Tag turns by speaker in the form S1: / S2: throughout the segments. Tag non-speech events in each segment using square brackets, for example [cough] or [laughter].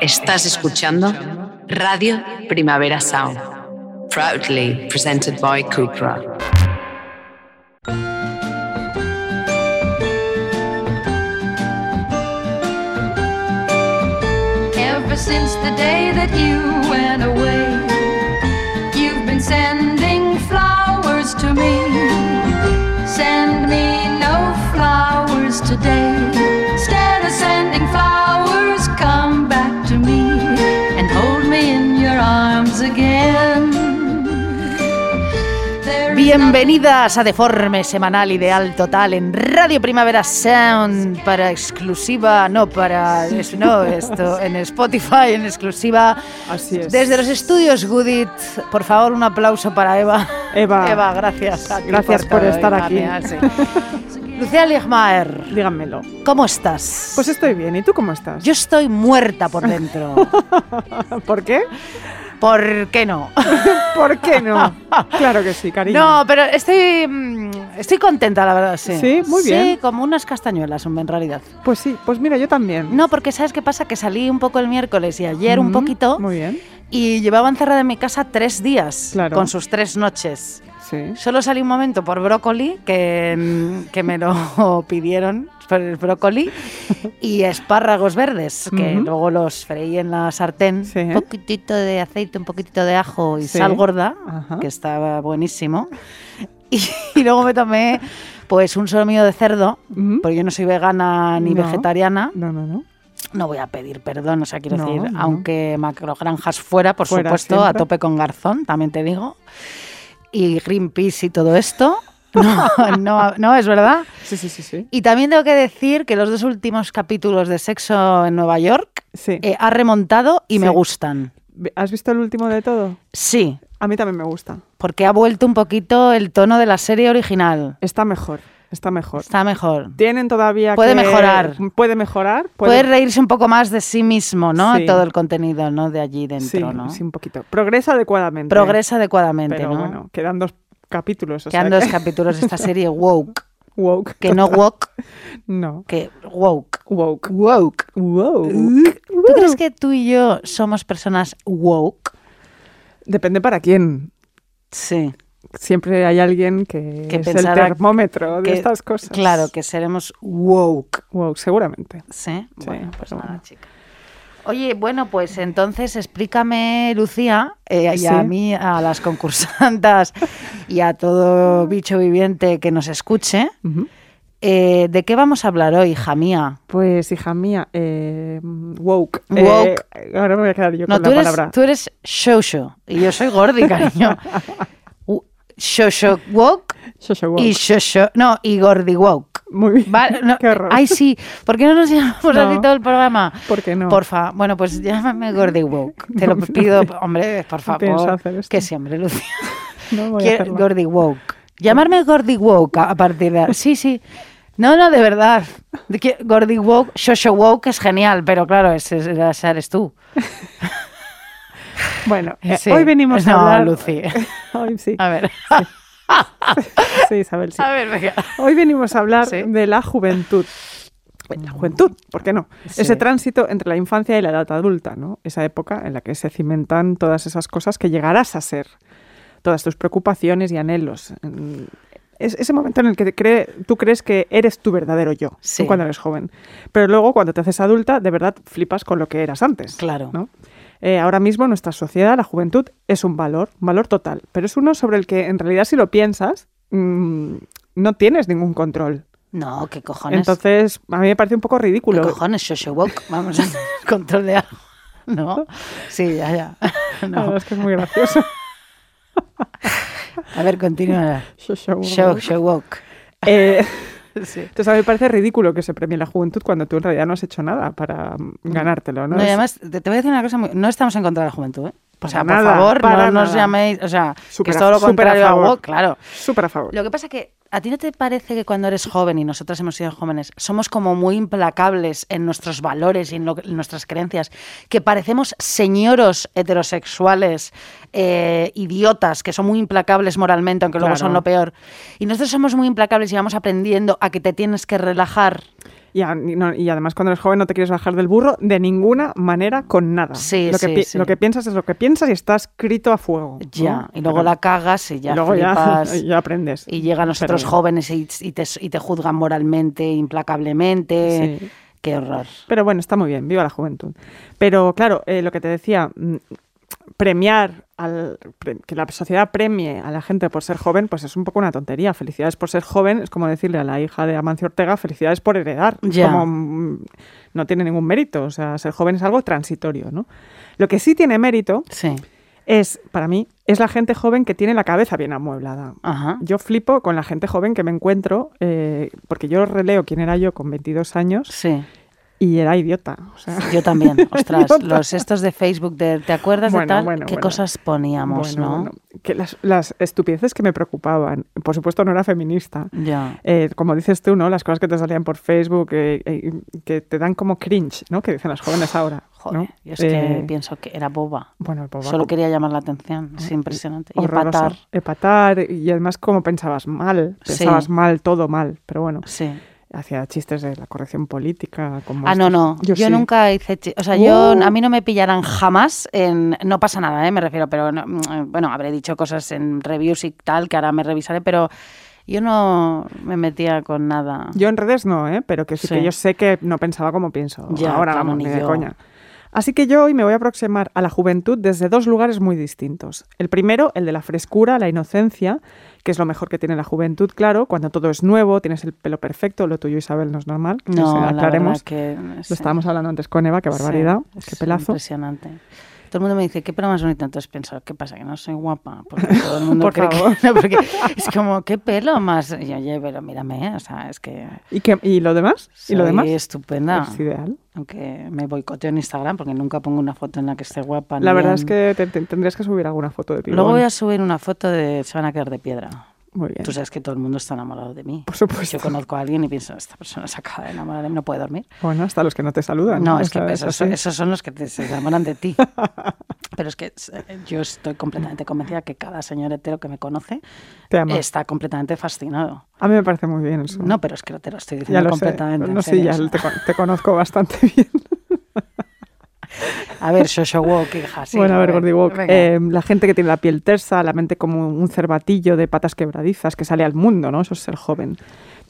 S1: Estás escuchando Radio Primavera Sound, proudly presented by Cupra.
S2: Ever since the day that you went away, you've been sending flowers to me. Send me no flowers today. Instead of sending flowers, come back to me and hold me in your arms again. There is
S3: Bienvenidas a Deforme Semanal Ideal Total en Radio Primavera Sound para exclusiva, no para, es- no, esto, en Spotify en exclusiva.
S4: Así es.
S3: Desde los estudios Goodit, por favor, un aplauso para Eva.
S4: Eva.
S3: Eva, gracias. a ti
S4: Ah, Gracias por
S3: todo,
S4: estar
S3: hija
S4: aquí.
S3: mía, sí. Lucía Ligmaer,
S4: Díganmelo.
S3: ¿cómo estás?
S4: Pues estoy bien. ¿Y tú cómo estás?
S3: yo estoy muerta por dentro.
S4: [laughs] ¿Por qué?
S3: ¿Por qué no?
S4: ¿Por
S3: [laughs]
S4: qué no? claro que sí, cariño.
S3: No, pero estoy, mm, estoy contenta, la verdad, sí.
S4: Sí, muy
S3: Sí,
S4: bien.
S3: como unas castañuelas, hombre, en realidad.
S4: Pues sí, pues mira, yo también.
S3: No, porque ¿sabes qué pasa? Que salí un poco el miércoles y ayer un
S4: Mm,
S3: poquito
S4: Muy bien,
S3: y llevaba encerrada en mi casa tres días
S4: Claro.
S3: con sus tres noches.
S4: sí.
S3: Solo salí un momento por brócoli, que, mm, que me lo [laughs] pidieron, por el
S4: [laughs]
S3: brócoli, y espárragos verdes, que
S4: Ujú.
S3: luego los freí en la sartén.
S4: Sí.
S3: Un poquitito de aceite, un poquitito de ajo y
S4: Sí.
S3: sal gorda,
S4: Ajá.
S3: que estaba buenísimo. [laughs] Y, y luego me tomé pues un solomillo de cerdo,
S4: Mm.
S3: porque yo no soy vegana ni
S4: No.
S3: vegetariana.
S4: No, no, no.
S3: No voy a pedir perdón, o sea, quiero
S4: No,
S3: decir,
S4: no.
S3: aunque macrogranjas fuera, por
S4: Fuera,
S3: supuesto, a
S4: siempre.
S3: tope con Garzón, también te digo, y Greenpeace y todo esto.
S4: [laughs]
S3: No, no, no, es verdad.
S4: Sí, sí, sí, sí.
S3: Y también tengo que decir que los dos últimos capítulos de Sexo en Nueva York
S4: Sí.
S3: eh, ha remontado y me
S4: Sí.
S3: gustan.
S4: ¿Has visto el último de todo?
S3: Sí,
S4: A mí también me gusta.
S3: porque ha vuelto un poquito el tono de la serie original.
S4: Está mejor, está mejor.
S3: Está mejor.
S4: Tienen todavía
S3: Puede
S4: que-
S3: mejorar.
S4: Puede mejorar.
S3: Puede reírse un poco más de sí mismo, ¿no?
S4: Sí.
S3: Todo el contenido, ¿no? De allí dentro,
S4: sí,
S3: ¿no?
S4: sí, un poquito. Progresa adecuadamente.
S3: Progresa adecuadamente,
S4: Pero
S3: ¿no?
S4: bueno, quedan dos capítulos. o
S3: Quedan
S4: sea
S3: dos
S4: [laughs]
S3: capítulos de esta serie woke,
S4: Woke.
S3: que no woke,
S4: No.
S3: que woke.
S4: Woke.
S3: Woke.
S4: Woke.
S3: ¿Tú crees que tú y yo somos personas woke?
S4: Depende para quién.
S3: Sí.
S4: Siempre hay alguien que,
S3: Que
S4: es el
S3: pensará
S4: termómetro de
S3: que-
S4: estas cosas.
S3: Claro, que seremos woke.
S4: Wow, seguramente.
S3: Sí. Bueno, pues
S4: pero
S3: nada,
S4: bueno.
S3: chica. Oye, bueno, pues entonces explícame, Lucía, eh, y
S4: Sí.
S3: a mí, a las concursantas y a todo bicho viviente que nos escuche,
S4: Ujú.
S3: eh, ¿de qué vamos a hablar hoy, hija mía?
S4: Pues hija mía, eh, woke.
S3: Woke.
S4: Eh, ahora me voy a quedar yo
S3: No,
S4: con
S3: tú
S4: la
S3: eres,
S4: palabra.
S3: tú eres shosho y yo soy gordi,
S4: [laughs]
S3: cariño. U- shosho woke
S4: Shosho woke.
S3: y shosho... No, y gordi woke.
S4: Muy bien. [laughs]
S3: Vale, no,
S4: Qué horror.
S3: Ay, sí. ¿Por qué no nos llamamos
S4: No.
S3: así todo el programa?
S4: ¿Por qué no?
S3: Porfa. Bueno, pues llámame gordi
S4: [laughs]
S3: woke. Te lo
S4: No, no
S3: pido,
S4: pi-
S3: hombre, por
S4: no pienso
S3: favor.
S4: hacer esto.
S3: que siempre, Lucía.
S4: [laughs] No voy a
S3: Quiero-
S4: hacerlo.
S3: gordi woke. Llamarme gordi woke a a partir de... Sí, sí. No, no, de verdad. De que- Gordi woke, shosho woke es genial, pero claro, ese, ese eres tú.
S4: Bueno, eh,
S3: Sí.
S4: hoy venimos
S3: No,
S4: a hablar...
S3: Lucy.
S4: [laughs] hoy sí.
S3: A ver.
S4: Sí, Isabel, sí.
S3: A ver, venga.
S4: Hoy venimos a hablar
S3: Sí.
S4: de la juventud. La juventud, ¿por qué no?
S3: Sí.
S4: Ese tránsito entre la infancia y la edad adulta, ¿no? Esa época en la que se cimentan todas esas cosas que llegarás a ser, todas tus preocupaciones y anhelos. Mm, Es ese momento en el que te cree- tú crees que eres tu verdadero yo, tú
S3: Sí.
S4: cuando eres joven. Pero luego, cuando te haces adulta, de verdad flipas con lo que eras antes.
S3: Claro.
S4: ¿no? Eh, ahora mismo en nuestra sociedad la juventud es un valor, un valor total, pero es uno sobre el que en realidad si lo piensas mm, no tienes ningún control.
S3: No, qué cojones.
S4: Entonces a mí me parece un poco
S3: ¿Qué
S4: ridículo.
S3: cojones, Shosho Walk? Vamos a hacer control de algo. No. Sí, ya, [laughs] ya.
S4: La verdad
S3: No.
S4: es que es muy gracioso.
S3: [laughs] A ver, continúa.
S4: Show, show, show.
S3: Shosho Walk.
S4: Eh,
S3: Sí.
S4: entonces a mí me parece ridículo que se premie la juventud cuando tú en realidad no has hecho nada para mm, ganártelo. ¿no?
S3: No, y
S4: Es-
S3: además, te, te voy a decir una cosa. Muy, no estamos en contra de la juventud, ¿eh? O
S4: Para
S3: sea, por
S4: nada,
S3: favor,
S4: para
S3: no nos
S4: nada.
S3: llaméis. O sea, que
S4: Súper
S3: es
S4: a-
S3: todo lo
S4: súper a
S3: contrario a
S4: favor.
S3: Walk, claro.
S4: Súper a favor.
S3: Pues Lo que pasa que a ti no te parece que cuando eres joven y nosotras hemos sido jóvenes, somos como muy implacables en nuestros valores y en, lo que- en nuestras creencias, que parecemos señoros heterosexuales, eh, idiotas, que son muy implacables moralmente, aunque luego
S4: Claro.
S3: son lo peor. Y nosotros somos muy implacables y vamos aprendiendo a que te tienes que relajar
S4: Y, a- y no- y además cuando eres joven no te quieres bajar del burro de ninguna manera con nada.
S3: Sí,
S4: lo que,
S3: sí,
S4: pi-
S3: sí.
S4: lo que piensas es lo que piensas y está escrito a fuego. ¿no?
S3: Ya, y luego
S4: Pero-
S3: la cagas y ya
S4: y luego ya,
S3: flipas.
S4: [laughs] ya aprendes.
S3: Y llegan los
S4: Pero-
S3: otros jóvenes y, y te, y te juzgan moralmente, implacablemente.
S4: Sí.
S3: Qué horror.
S4: Pero bueno, está muy bien, viva la juventud. Pero claro, eh, lo que te decía, mm, premiar, al, pre- que la sociedad premie a la gente por ser joven, pues es un poco una tontería. Felicidades por ser joven, es como decirle a la hija de Amancio Ortega, felicidades por heredar.
S3: Ya.
S4: Como, mm, no tiene ningún mérito, o sea, ser joven es algo transitorio, ¿no? Lo que sí tiene mérito
S3: Sí.
S4: es, para mí, es la gente joven que tiene la cabeza bien amueblada.
S3: Ajá.
S4: Yo flipo con la gente joven que me encuentro, eh, porque yo releo quién era yo con 22 años
S3: Sí.
S4: y era idiota. O sea,
S3: [laughs] Yo
S4: [laughs]
S3: también, ostras,
S4: Idiota.
S3: los estos de Facebook, de, ¿te acuerdas de
S4: Bueno,
S3: tal?
S4: bueno,
S3: ¿Qué
S4: bueno.
S3: cosas poníamos,
S4: Bueno,
S3: no?
S4: bueno, que las, las estupideces que me preocupaban. Por supuesto, no era feminista.
S3: Ya.
S4: Eh, como dices tú, ¿no? Las cosas que te salían por Facebook, eh, eh, que te dan como cringe, ¿no? Que dicen las jóvenes ahora.
S3: Joder,
S4: ¿no?
S3: yo es
S4: Eh,
S3: que pienso que era boba.
S4: Bueno, pues va
S3: Solo
S4: como
S3: quería llamar la atención, es impresionante. Y
S4: horroroso.
S3: empatar,
S4: Epatar, y además como pensabas mal,
S3: Sí.
S4: pensabas mal, todo mal, pero bueno,
S3: sí.
S4: hacía chistes de la corrección política. Como
S3: Ah, no,
S4: estos-
S3: no. Yo,
S4: sí.
S3: nunca hice. chi- O sea, yo
S4: Uh.
S3: a mí no me pillarán jamás en. No pasa nada, ¿eh? me refiero, pero no- mm, bueno, habré dicho cosas en reviews y tal que ahora me revisaré, pero yo no me metía con nada.
S4: Yo en redes no, ¿eh? pero que sí,
S3: Sí.
S4: que yo sé que no pensaba como pienso.
S3: Ya,
S4: Ahora
S3: claro,
S4: vamos,
S3: ni
S4: ni de
S3: yo.
S4: coña. Así que yo hoy me voy a aproximar a la juventud desde dos lugares muy distintos. El primero, el de la frescura, la inocencia, que es lo mejor que tiene la juventud, claro, cuando todo es nuevo, tienes el pelo perfecto, lo tuyo Isabel no es normal, que
S3: no,
S4: se-
S3: la verdad
S4: aclaremos.
S3: que. sí,
S4: Lo estábamos hablando antes con Eva, qué
S3: sí,
S4: barbaridad,
S3: es
S4: qué pelazo.
S3: Impresionante. Todo el mundo me dice, ¿qué pelo más bonito? Entonces pienso, ¿qué pasa? ¿Que no soy guapa?
S4: [laughs]
S3: Porque todo el mundo
S4: Por
S3: cree que-
S4: favor.
S3: [laughs] no, porque es como, ¿qué pelo más? Y yo, oye, pero mírame, ¿eh? o sea, es que.
S4: ¿Y, qué- y lo demás? ¿Y lo
S3: soy
S4: demás? Pues
S3: estupenda.
S4: Es ideal.
S3: Aunque me boicoteo en Instagram porque nunca pongo una foto en la que esté guapa.
S4: La
S3: ni
S4: verdad
S3: en-
S4: es que te- te- tendrías que subir alguna foto de ti.
S3: Luego voy a subir una foto de Se van a quedar de piedra.
S4: Muy bien.
S3: Tú sabes que todo el mundo está enamorado de mí.
S4: Por supuesto.
S3: Yo conozco a alguien y pienso, esta persona se acaba de enamorar de mí, no puede dormir.
S4: Bueno, hasta los que no te saludan.
S3: No,
S4: O
S3: es que
S4: sea,
S3: esos,
S4: así.
S3: esos son los que te- se enamoran de ti. [laughs] Pero es que eh, yo estoy completamente convencida que cada señor hetero que me conoce
S4: Te ama.
S3: está completamente fascinado.
S4: A mí me parece muy bien eso.
S3: No, pero es que no te lo estoy
S4: Ya
S3: diciendo
S4: lo
S3: completamente.
S4: sé.
S3: en
S4: No sé,
S3: serio,
S4: ya
S3: o sea.
S4: te, con- te conozco bastante [laughs] bien.
S3: A ver, Shosho Walk, hija. sí,
S4: bueno, a ver, Gordy Walk.
S3: venga.
S4: Eh, la gente que tiene la piel tersa, la mente como un cervatillo de patas quebradizas que sale al mundo, ¿no? Eso es ser joven.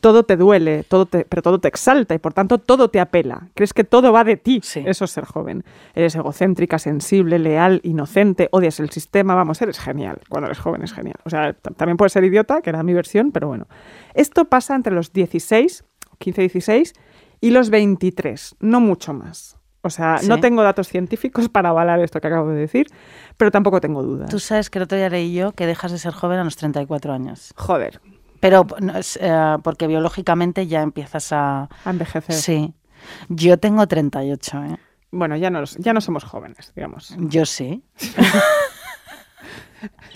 S4: Todo te duele, todo te, pero todo te exalta y por tanto todo te apela. Crees que todo va de ti.
S3: Sí.
S4: Eso es ser joven. Eres egocéntrica, sensible, leal, inocente, odias el sistema. Vamos, eres genial. Cuando eres joven es genial. O sea, t- también puedes ser idiota, que era mi versión, pero bueno. Esto pasa entre los 16, 15-16 y los 23, no mucho más. O sea, no
S3: Sí.
S4: tengo datos científicos [laughs] para avalar esto que acabo de decir, pero tampoco tengo dudas.
S3: Tú sabes que el otro día leí yo que dejas de ser joven a los 34 años.
S4: Joder,
S3: Pero no, es, eh, porque biológicamente ya empiezas a...
S4: a envejecer.
S3: Sí. Yo tengo 38, ¿eh?
S4: Bueno, ya no, los- ya no somos jóvenes, digamos.
S3: Yo sí.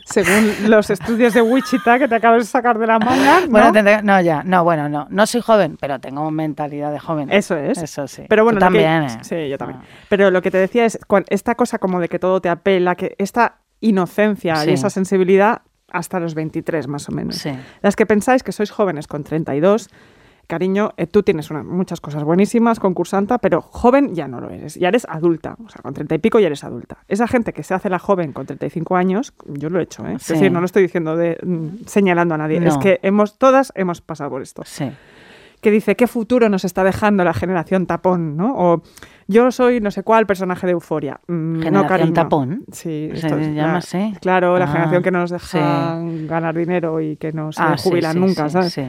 S4: Según los estudios de Wichita que te acabas de sacar de la manga. ¿no?
S3: Bueno, tendré- no, ya. No, bueno, no. No soy joven, pero tengo mentalidad de joven.
S4: Eso es.
S3: Eso sí.
S4: Pero bueno,
S3: Tú
S4: lo que-
S3: también, ¿eh?
S4: Sí, yo también.
S3: Ah.
S4: Pero lo que te decía es cuan- esta cosa como de que todo te apela, que esta inocencia
S3: Sí.
S4: y esa sensibilidad hasta los 23 más o menos.
S3: Sí.
S4: Las que pensáis que sois jóvenes con 32, cariño, eh, tú tienes una- muchas cosas buenísimas, concursanta, pero joven ya no lo eres, ya eres adulta, o sea, con 30 y pico ya eres adulta. Esa gente que se hace la joven con 35 años, yo lo he hecho, ¿eh? es
S3: Sí.
S4: decir, no lo estoy diciendo de, mm, señalando a nadie, es
S3: No.
S4: que hemos, todas hemos pasado por esto
S3: Sí.
S4: que dice qué futuro nos está dejando la generación tapón, ¿no? O yo soy no sé cuál personaje de Euforia. Mm,
S3: ¿Generación
S4: no, cariño.
S3: tapón?
S4: Sí.
S3: Se
S4: es
S3: llama
S4: la-
S3: así.
S4: Claro, la
S3: Ah,
S4: generación que no nos deja
S3: sí.
S4: ganar dinero y que no se
S3: Ah, sí,
S4: jubilan
S3: sí,
S4: nunca,
S3: sí,
S4: ¿sabes?
S3: sí.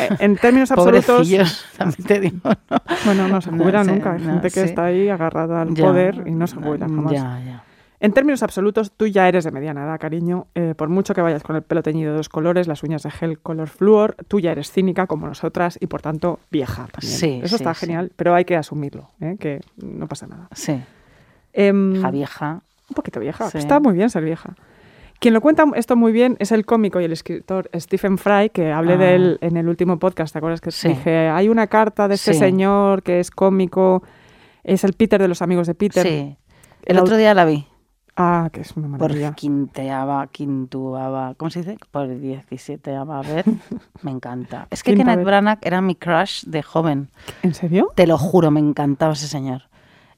S4: Eh, En
S3: [laughs]
S4: términos absolutos,
S3: Pobrecillos, también te digo. ¿no?
S4: bueno, no se jubilan
S3: sé,
S4: nunca. Hay
S3: no,
S4: gente
S3: sí.
S4: que está ahí agarrada [laughs] al
S3: Ya. Mm,
S4: poder y no se jubila jamás.
S3: Ya, ya.
S4: En términos absolutos, tú ya eres de mediana edad, cariño. Eh, por mucho que vayas con el pelo teñido de dos colores, las uñas de gel color fluor, tú ya eres cínica como nosotras y por tanto vieja también.
S3: Sí,
S4: Eso
S3: sí,
S4: está
S3: sí.
S4: genial, pero hay que asumirlo, ¿eh? que no pasa nada.
S3: Sí.
S4: Em,
S3: La vieja.
S4: un poquito vieja.
S3: Sí.
S4: Está muy bien ser vieja. Quien lo cuenta esto muy bien es el cómico y el escritor Stephen Fry, que hablé
S3: Ah.
S4: de él en el último podcast. ¿Te acuerdas que
S3: Sí.
S4: dije, hay una carta de este
S3: Sí.
S4: señor que es cómico, es el Peter de los amigos de Peter?
S3: Sí. El
S4: La-
S3: otro día la vi.
S4: Ah, que es una
S3: Por
S4: maravilla.
S3: quinteaba, quintuaba, ¿cómo se dice? Por diecisietava
S4: [laughs]
S3: vez. Me encanta. Es que
S4: Quinta
S3: Kenneth
S4: vez.
S3: Branagh era mi crush de joven.
S4: ¿En serio?
S3: Te lo juro, me encantaba ese señor.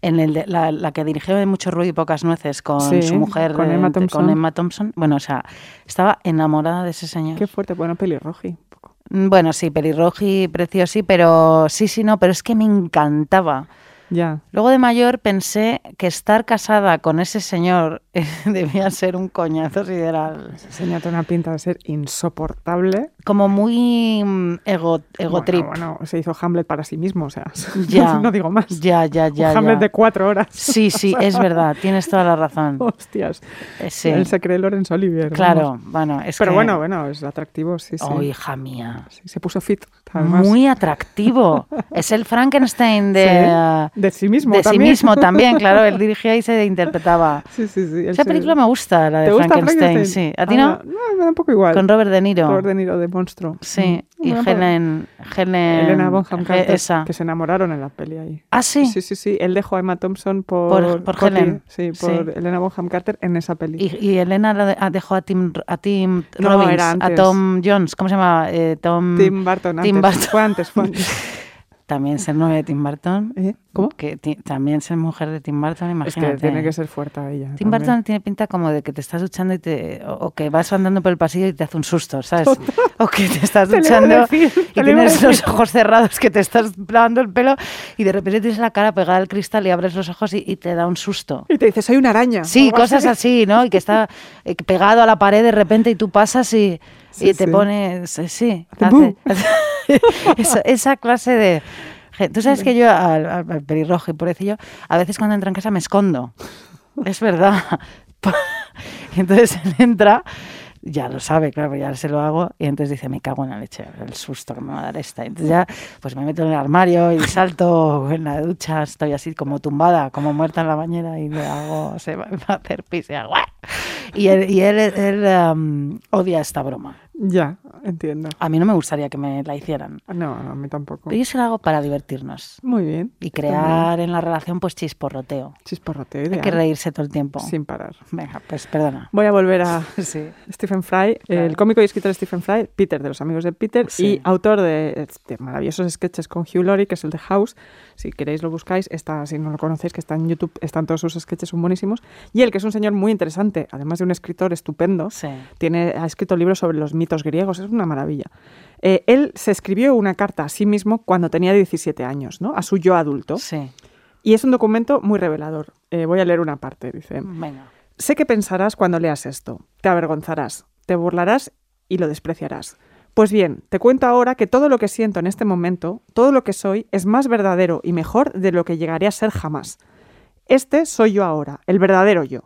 S3: En el de- la, la que dirigió de mucho ruido y pocas nueces con
S4: Sí,
S3: su mujer,
S4: con
S3: eh,
S4: Emma
S3: con
S4: Thompson.
S3: Emma Thompson. Bueno, o sea, estaba enamorada de ese señor.
S4: Qué fuerte. Bueno, pelirroji. un poco.
S3: Mm, Bueno, sí, pelirroji, preciosi, pero sí, sí, no, pero es que me encantaba.
S4: Ya.
S3: Luego de mayor pensé que estar casada con ese señor [laughs] debía ser un coñazo sideral.
S4: Ese señor tiene una pinta de ser insoportable.
S3: Como muy mm, ego,
S4: Bueno,
S3: egotrip.
S4: Bueno, se hizo Hamlet para sí mismo, o sea, [laughs]
S3: Ya.
S4: no digo más.
S3: Ya, ya,
S4: Un
S3: ya. ya.
S4: Hamlet de cuatro horas.
S3: Sí, sí, es verdad, tienes toda la razón.
S4: [laughs] Hostias.
S3: Eh, Sí,
S4: Él se cree Lorenzo Olivier. vamos.
S3: claro, bueno, es
S4: Pero
S3: que-
S4: bueno, bueno, es atractivo, sí, sí.
S3: Oh, hija mía.
S4: Sí, se puso fit, además.
S3: Muy atractivo. es el Frankenstein
S4: Sí.
S3: de...
S4: De sí mismo
S3: de sí
S4: también.
S3: mismo también, claro. Él dirigía y se interpretaba.
S4: [laughs] Sí, sí, sí. él
S3: Esa
S4: se-
S3: película me gusta, la de
S4: ¿Te gusta
S3: Frankenstein,
S4: Frankenstein?
S3: sí. ¿A ti no?
S4: Ah, no, me da un poco igual.
S3: Con Robert De Niro.
S4: Robert De Niro de monstruo.
S3: Sí,
S4: Mm,
S3: y
S4: me da un poco-
S3: Helen, Helen...
S4: Elena Bonham
S3: Ge-
S4: Carter,
S3: Esa.
S4: que se enamoraron en la peli ahí.
S3: Ah, sí.
S4: Sí, sí, sí. Él dejó a Emma Thompson por,
S3: Por- por
S4: Cotty,
S3: Helen.
S4: Sí, por
S3: Sí.
S4: Elena Bonham Carter en esa peli.
S3: Y, y Elena la de- ah, dejó a Tim, a Tim
S4: No,
S3: Robbins,
S4: era
S3: a
S4: antes.
S3: Tom Jones, ¿cómo se llama? Eh, Tom...
S4: Tim Burton antes.
S3: Tim Burton.
S4: Fue antes,
S3: [laughs]
S4: fue antes.
S3: También ser novia de Tim Burton.
S4: ¿Eh? ¿Cómo?
S3: Que ti- también ser mujer de Tim Burton,
S4: Es
S3: imagínate.
S4: que tiene que ser fuerte ella.
S3: Tim
S4: también.
S3: Burton tiene pinta como de que te estás duchando y te, o, o que vas andando por el pasillo y te hace un susto, ¿sabes? O que te estás
S4: Te lo iba a
S3: duchando
S4: decir,
S3: y
S4: te lo iba a
S3: tienes los
S4: decir.
S3: ojos cerrados, que te estás lavando el pelo y de repente tienes la cara pegada al cristal y abres los ojos y, y te da un susto.
S4: Y te dice, soy una araña.
S3: Sí,
S4: o algo
S3: cosas así, ¿no? Y que está eh, pegado a la pared de repente y tú pasas y,
S4: Sí,
S3: y te
S4: sí.
S3: pones... Sí, sí,
S4: Hace
S3: hace-
S4: bu.
S3: [laughs] esa, esa clase de... gen- Tú sabes que yo al, al- al pelirrojo y pobrecillo, a veces cuando entro en casa me escondo. Es verdad. [laughs] Y entonces él entra, ya lo sabe, claro, ya se lo hago, y entonces dice, me cago en la leche, el susto que me va a dar esta. Entonces ya, pues me meto en el armario y salto en la ducha, estoy así como tumbada, como muerta en la bañera, y le hago, se va [laughs] a hacer pis, y hago, "Guau". Y él, y él- él, em, odia esta broma.
S4: [laughs] Ya, entiendo.
S3: A mí no me gustaría que me la hicieran.
S4: No, no, a mí tampoco.
S3: Pero yo se la hago para divertirnos
S4: Muy bien.
S3: y
S4: Está muy bien.
S3: crear en la relación pues chisporroteo.
S4: Chisporroteo
S3: Hay
S4: ideal.
S3: que reírse todo el tiempo.
S4: Sin parar.
S3: Venga, pues
S4: [laughs]
S3: perdona.
S4: Voy a volver a
S3: Sí.
S4: Stephen Fry,
S3: Claro.
S4: el cómico y escritor Stephen Fry, Peter de los amigos de Peter
S3: Sí.
S4: y autor de, de maravillosos sketches con Hugh Laurie, que es el de House. Si queréis lo buscáis, está, si no lo conocéis, que está en YouTube, están todos sus sketches, son buenísimos. Y él, que es un señor muy interesante, además de un escritor estupendo,
S3: Sí.
S4: tiene, ha escrito libros sobre los mitos griegos, es una maravilla. Eh, él se escribió una carta a sí mismo cuando tenía 17 años, ¿no? a su yo adulto,
S3: Sí.
S4: y es un documento muy revelador. Eh, voy a leer una parte, dice...
S3: Venga.
S4: Sé que pensarás cuando leas esto. Te avergonzarás, te burlarás y lo despreciarás. Pues bien, te cuento ahora que todo lo que siento en este momento, todo lo que soy, es más verdadero y mejor de lo que llegaré a ser jamás. Este soy yo ahora, el verdadero yo.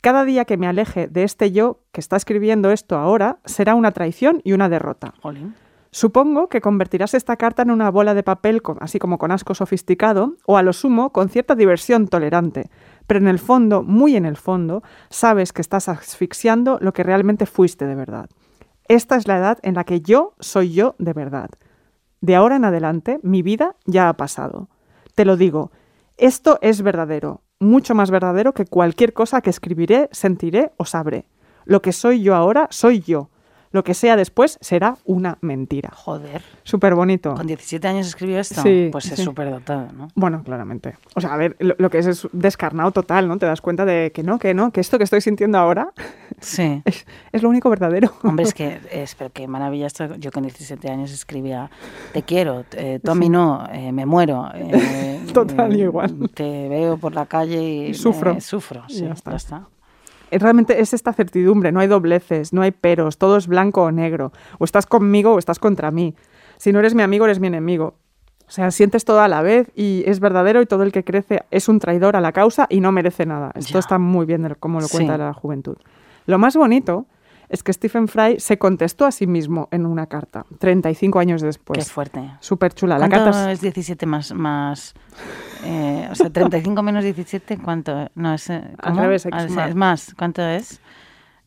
S4: Cada día que me aleje de este yo que está escribiendo esto ahora será una traición y una derrota.
S3: Jolín.
S4: Supongo que convertirás esta carta en una bola de papel, con- así como con asco sofisticado, o a lo sumo con cierta diversión tolerante. Pero en el fondo, muy en el fondo, sabes que estás asfixiando lo que realmente fuiste de verdad. Esta es la edad en la que yo soy yo de verdad. De ahora en adelante, mi vida ya ha pasado. Te lo digo, esto es verdadero, mucho más verdadero que cualquier cosa que escribiré, sentiré o sabré. Lo que soy yo ahora, soy yo. Lo que sea después será una mentira.
S3: Joder.
S4: Súper bonito.
S3: Con 17 años escribió esto.
S4: Ah. Sí,
S3: pues es
S4: sí.
S3: súper dotado,
S4: [laughs]
S3: ¿no?
S4: Bueno, claramente. O sea, a ver, lo, lo que es es descarnado total, ¿no? Te das cuenta de que no, que no, que esto que estoy sintiendo ahora [laughs]
S3: Sí.
S4: es, es lo único verdadero.
S3: Hombre, es que, es, pero qué maravilla esto. Yo con 17 años escribía, te quiero, eh, tú a mí no, eh, me muero. eh,
S4: [laughs] Total,
S3: eh,
S4: yo igual.
S3: Te veo por la calle y,
S4: Y sufro.
S3: eh, sufro, sí, ya
S4: Ya
S3: está.
S4: está. Eh, Realmente es esta certidumbre, no hay dobleces, no hay peros, todo es blanco o negro. O estás conmigo o estás contra mí. Si no eres mi amigo, eres mi enemigo. O sea, sientes todo a la vez y es verdadero y todo el que crece es un traidor a la causa y no merece nada. Esto
S3: Ya.
S4: está muy bien de cómo lo cuenta
S3: Sí.
S4: la juventud. Lo más bonito es que Stephen Fry se contestó a sí mismo en una carta, 35 años
S3: qué
S4: después.
S3: fuerte.
S4: Súper chula. La
S3: ¿Cuánto
S4: carta es-
S3: es 17 más...? más eh, o sea, [laughs] 35 menos 17, ¿cuánto? No, es... eh,
S4: Al
S3: ¿cómo?
S4: revés, hay que
S3: Ah, es-
S4: sumar.
S3: Es más, ¿cuánto es?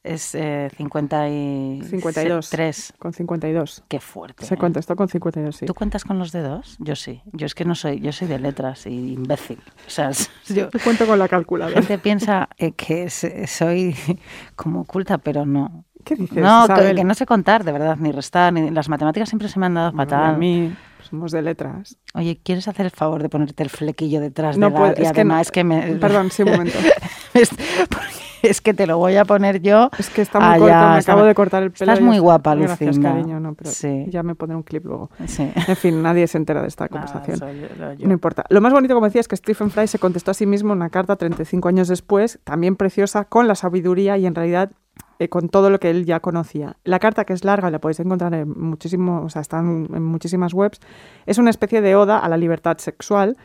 S3: es eh, 53.
S4: 52. Con 52.
S3: Qué fuerte.
S4: Se
S3: ¿eh?
S4: contestó con 52, sí.
S3: ¿Tú cuentas con los dedos? Yo sí. Yo es que no soy, yo soy de letras y imbécil. O sea, [laughs] es- yo,
S4: Te cuento con la
S3: la [laughs]
S4: calculadora.
S3: gente piensa eh, que se- soy como culta, pero no.
S4: ¿Qué dices,
S3: No, que,
S4: Isabel?
S3: que no sé contar, de verdad, ni restar, ni las matemáticas siempre se me han dado
S4: Bueno, y
S3: fatal.
S4: A mí pues, somos de letras.
S3: Oye, ¿quieres hacer el favor de ponerte el flequillo detrás de la
S4: puedo-
S3: diadema?
S4: no-
S3: Es que me-
S4: Perdón,
S3: [laughs]
S4: sí, un momento.
S3: es, porque es que te lo voy a poner yo.
S4: Es que
S3: [laughs]
S4: está muy
S3: allá,
S4: corto, me
S3: Ah, está
S4: acabo
S3: muy-
S4: de cortar el pelo.
S3: Estás
S4: y
S3: muy
S4: es-
S3: guapa,
S4: Gracias,
S3: Lucinda.
S4: cariño, no, pero
S3: Sí.
S4: ya me pondré un clip luego.
S3: Sí.
S4: En fin, nadie se entera de esta
S3: Nada,
S4: conversación.
S3: soy yo- lo- yo.
S4: No importa. Lo más bonito, como decía, es que Stephen Fry se contestó a sí mismo una carta 35 años después, también preciosa, con la sabiduría y en realidad eh, con todo lo que él ya conocía. La carta, que es larga, la podéis encontrar en, muchísimo, o sea, está en, en muchísimas webs, es una especie de oda a la libertad sexual,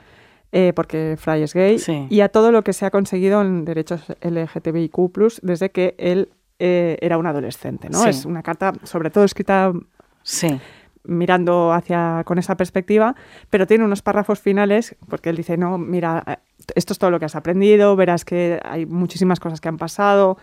S4: eh, porque Fry es gay,
S3: Sí.
S4: y a todo lo que se ha conseguido en derechos LGTBIQ, desde que él eh, era un adolescente. ¿no?
S3: Sí.
S4: Es una carta, sobre todo, escrita
S3: Sí.
S4: mirando hacia con esa perspectiva, pero tiene unos párrafos finales porque él dice, no, mira, eh, esto es todo lo que has aprendido, verás que hay muchísimas cosas que han pasado,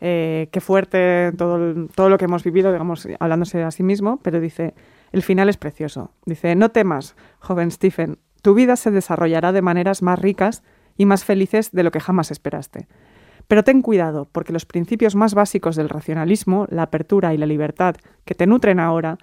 S4: eh, qué fuerte todo, el- todo lo que hemos vivido, digamos, hablándose a sí mismo, pero dice, el final es precioso. Dice, no temas, joven Stephen, tu vida se desarrollará de maneras más ricas y más felices de lo que jamás esperaste. Pero ten cuidado, porque los principios más básicos del racionalismo, la apertura y la libertad que te nutren ahora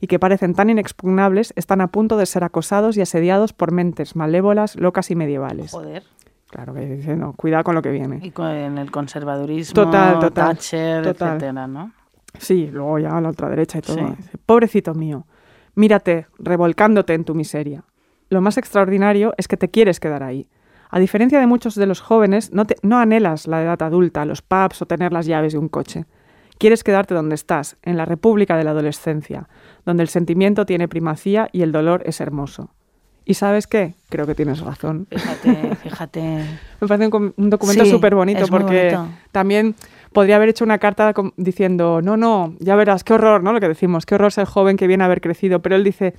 S4: y que parecen tan inexpugnables, están a punto de ser acosados y asediados por mentes malévolas, locas y medievales.
S3: Joder.
S4: Claro que dice, no, cuidado con lo que viene.
S3: Y con en el conservadurismo,
S4: Total, total,
S3: Thatcher,
S4: total.
S3: etcétera, ¿no?
S4: Sí, luego ya a la ultraderecha y todo.
S3: Sí.
S4: Dice, Pobrecito mío, mírate, revolcándote en tu miseria. Lo más extraordinario es que te quieres quedar ahí. A diferencia de muchos de los jóvenes, no, te- no anhelas la edad adulta, los pubs o tener las llaves de un coche. Quieres quedarte donde estás, en la república de la adolescencia, donde el sentimiento tiene primacía y el dolor es hermoso. ¿Y sabes qué? Creo que tienes razón.
S3: Fíjate, fíjate.
S4: [laughs] Me parece un, com- un documento
S3: Sí,
S4: súper bonito
S3: es muy
S4: porque
S3: bonito.
S4: también podría haber hecho una carta com- diciendo, no, no, ya verás, qué horror, ¿no? Lo que decimos, qué horror ser joven que viene a haber crecido. Pero él dice,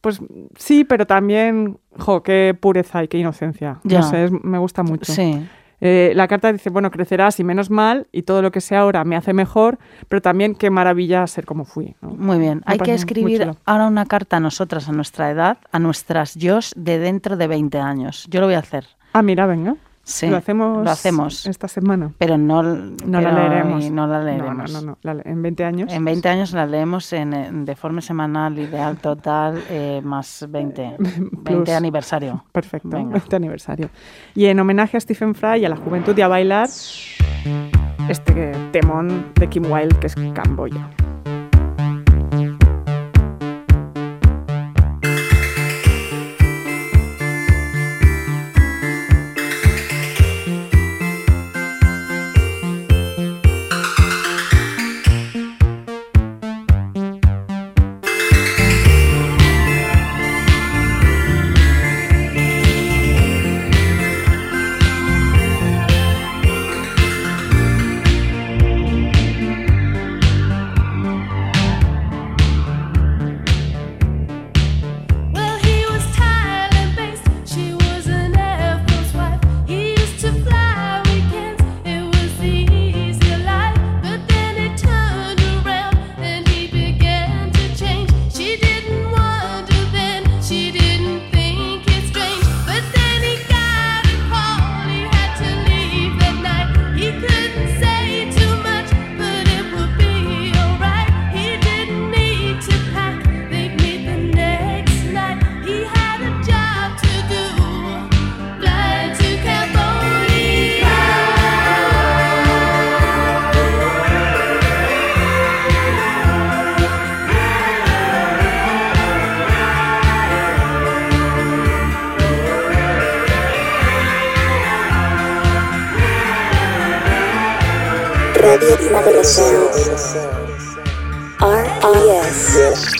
S4: pues sí, pero también, jo, qué pureza y qué inocencia.
S3: Ya.
S4: No sé, es- me gusta mucho.
S3: Sí.
S4: Eh, la carta dice, bueno, crecerás y menos mal, y todo lo que sea ahora me hace mejor, pero también qué maravilla ser como fui. ¿no?
S3: Muy bien.
S4: Me
S3: Hay que
S4: parece muy
S3: escribir
S4: chulo.
S3: ahora una carta a nosotras, a nuestra edad, a nuestras yo de dentro de 20 años. Yo lo voy a hacer.
S4: Ah, mira, venga.
S3: Sí,
S4: lo hacemos
S3: lo hacemos.
S4: esta semana.
S3: Pero no,
S4: No la
S3: pero-
S4: leeremos.
S3: y No la
S4: No,
S3: leeremos.
S4: No, no, no. La le- en 20 años.
S3: En 20 años la leemos en, en- de forma semanal, ideal, total, eh, más
S4: [laughs]
S3: 20. 20 aniversario.
S4: Perfecto, [laughs]
S3: Venga.
S4: 20 aniversario. Y en homenaje a Stephen Fry y a la juventud y a bailar, este temón de Kim Wilde que es Camboya.
S5: Well, he was Thailand-based. She was an Air Force wife. He used to fly weekends. It was the easy life. But then it turned around and he began to change. She didn't wonder then. She didn't think it strange. But then he got a call. He had to leave that night. He couldn't say too much, but it would be alright. He didn't need to pack. They'd meet the next night. He had a job to do. Fly to Cambodia.
S6: Radio Primavera Sound. R.I.S.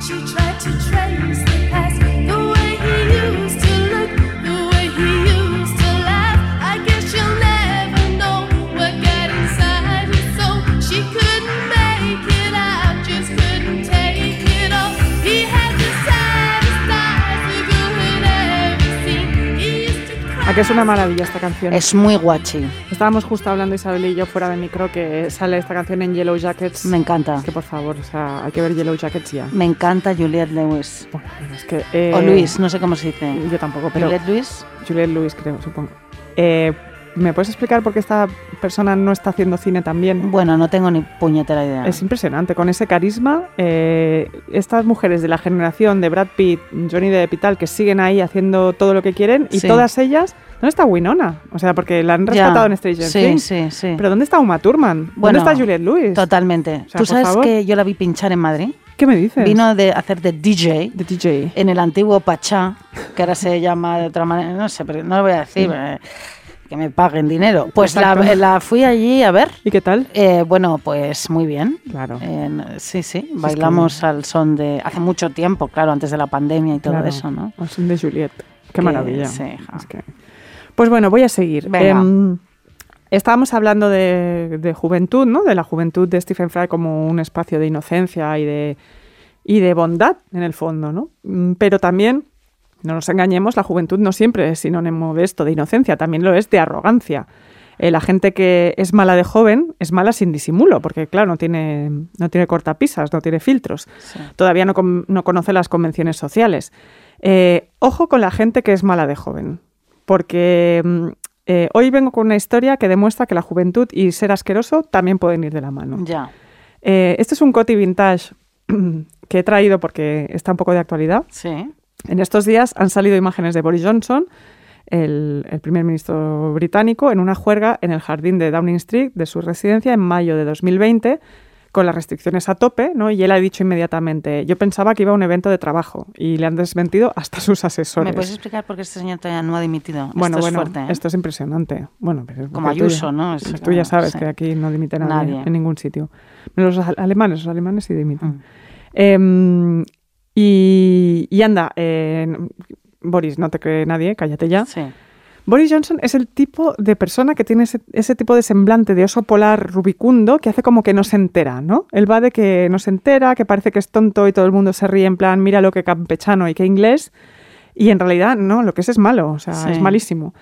S5: She tried to trace the past, the way he used to look, the way he used to laugh. I guess she'll never know what got inside his soul. She couldn't make it out, just couldn't take it all. He had the saddest eyes a girl had ever seen. He used to cry.
S4: ¿A que es una maravilla esta canción?
S3: Es muy guachi.
S4: Estábamos justo hablando Isabel y yo fuera de micro que sale esta canción en Yellow Jackets.
S3: Me encanta.
S4: Es que por favor, o sea, hay que ver Yellow Jackets ya.
S3: Me encanta Juliette Lewis.
S4: Bueno, es que, eh,
S3: O Luis, no sé cómo se dice.
S4: Yo tampoco, pero
S3: Juliette Lewis.
S4: Juliette Lewis creo, supongo. Eh, ¿Me puedes explicar por qué esta persona no está haciendo cine también?
S3: Bueno, no tengo ni puñetera idea.
S4: Es impresionante, con ese carisma, eh, estas mujeres de la generación de Brad Pitt, Johnny Depp y tal, que siguen ahí haciendo todo lo que quieren, y
S3: Sí.
S4: todas ellas, ¿dónde está Winona? O sea, porque la han
S3: Ya.
S4: rescatado en Stranger
S3: Sí,
S4: Things.
S3: sí, sí.
S4: Pero ¿dónde está Uma Thurman?
S3: Bueno,
S4: ¿Dónde está Juliette Lewis?
S3: Totalmente.
S4: O
S3: Tú
S4: sea, por
S3: sabes
S4: favor.
S3: que yo la vi pinchar en Madrid.
S4: ¿Qué me dices?
S3: Vino de hacer de DJ
S4: de DJ.
S3: en el antiguo Pachá, que ahora se llama de otra manera, no sé, pero no lo voy a decir, eh, que me paguen dinero. Pues la,
S4: Exacto.
S3: la fui allí a ver.
S4: ¿Y qué tal?
S3: Eh, bueno, pues muy bien.
S4: Claro.
S3: En- sí, sí, bailamos al son de hace mucho tiempo, claro, antes de la pandemia y todo
S4: Claro,
S3: eso, ¿no?
S4: al son de Juliet. Qué
S3: Que-
S4: maravilla.
S3: sí, hija.
S4: Es que- Pues bueno, voy a seguir.
S3: Venga.
S4: Em, estábamos hablando de, de juventud, ¿no? De la juventud de Stephen Fry como un espacio de inocencia y de, y de bondad, en el fondo, ¿no? Mm, Pero también, no nos engañemos, la juventud no siempre es sinónimo de esto, de inocencia, también lo es de arrogancia. Eh, la gente que es mala de joven es mala sin disimulo, porque claro, no tiene, no tiene cortapisas, no tiene filtros
S3: Sí.
S4: todavía no, con- no conoce las convenciones sociales. Eh, ojo con la gente que es mala de joven, porque mm, eh, hoy vengo con una historia que demuestra que la juventud y ser asqueroso también pueden ir de la mano.
S3: Ya,
S4: Eh, este es un coti vintage [clears throat] que he traído porque está un poco de actualidad.
S3: sí.
S4: En estos días han salido imágenes de Boris Johnson, el, el primer ministro británico, en una juerga en el jardín de Downing Street de su residencia en mayo de 2020, con las restricciones a tope, ¿no? Y él ha dicho inmediatamente, yo pensaba que iba a un evento de trabajo, y le han desmentido hasta sus asesores.
S3: ¿Me puedes explicar por qué este señor todavía no ha dimitido?
S4: bueno,
S3: esto
S4: bueno,
S3: es fuerte, ¿eh?
S4: esto es impresionante. Bueno, pero es
S3: Como
S4: porque tú
S3: Ayuso,
S4: ya-
S3: ¿no? Es-
S4: tú ya sabes
S3: sí.
S4: que aquí no dimite nadie,
S3: Nadie.
S4: en ningún sitio. Menos Los al- alemanes, los alemanes sí dimiten.
S3: Mm.
S4: Em, y, y anda, eh, Boris, no te cree nadie, cállate ya.
S3: Sí.
S4: Boris Johnson es el tipo de persona que tiene ese, ese tipo de semblante de oso polar rubicundo que hace como que no se entera, ¿no? Él va de que no se entera, que parece que es tonto y todo el mundo se ríe en plan, mira lo que campechano y que inglés. Y en realidad, no, lo que es es malo, o sea,
S3: Sí.
S4: es malísimo.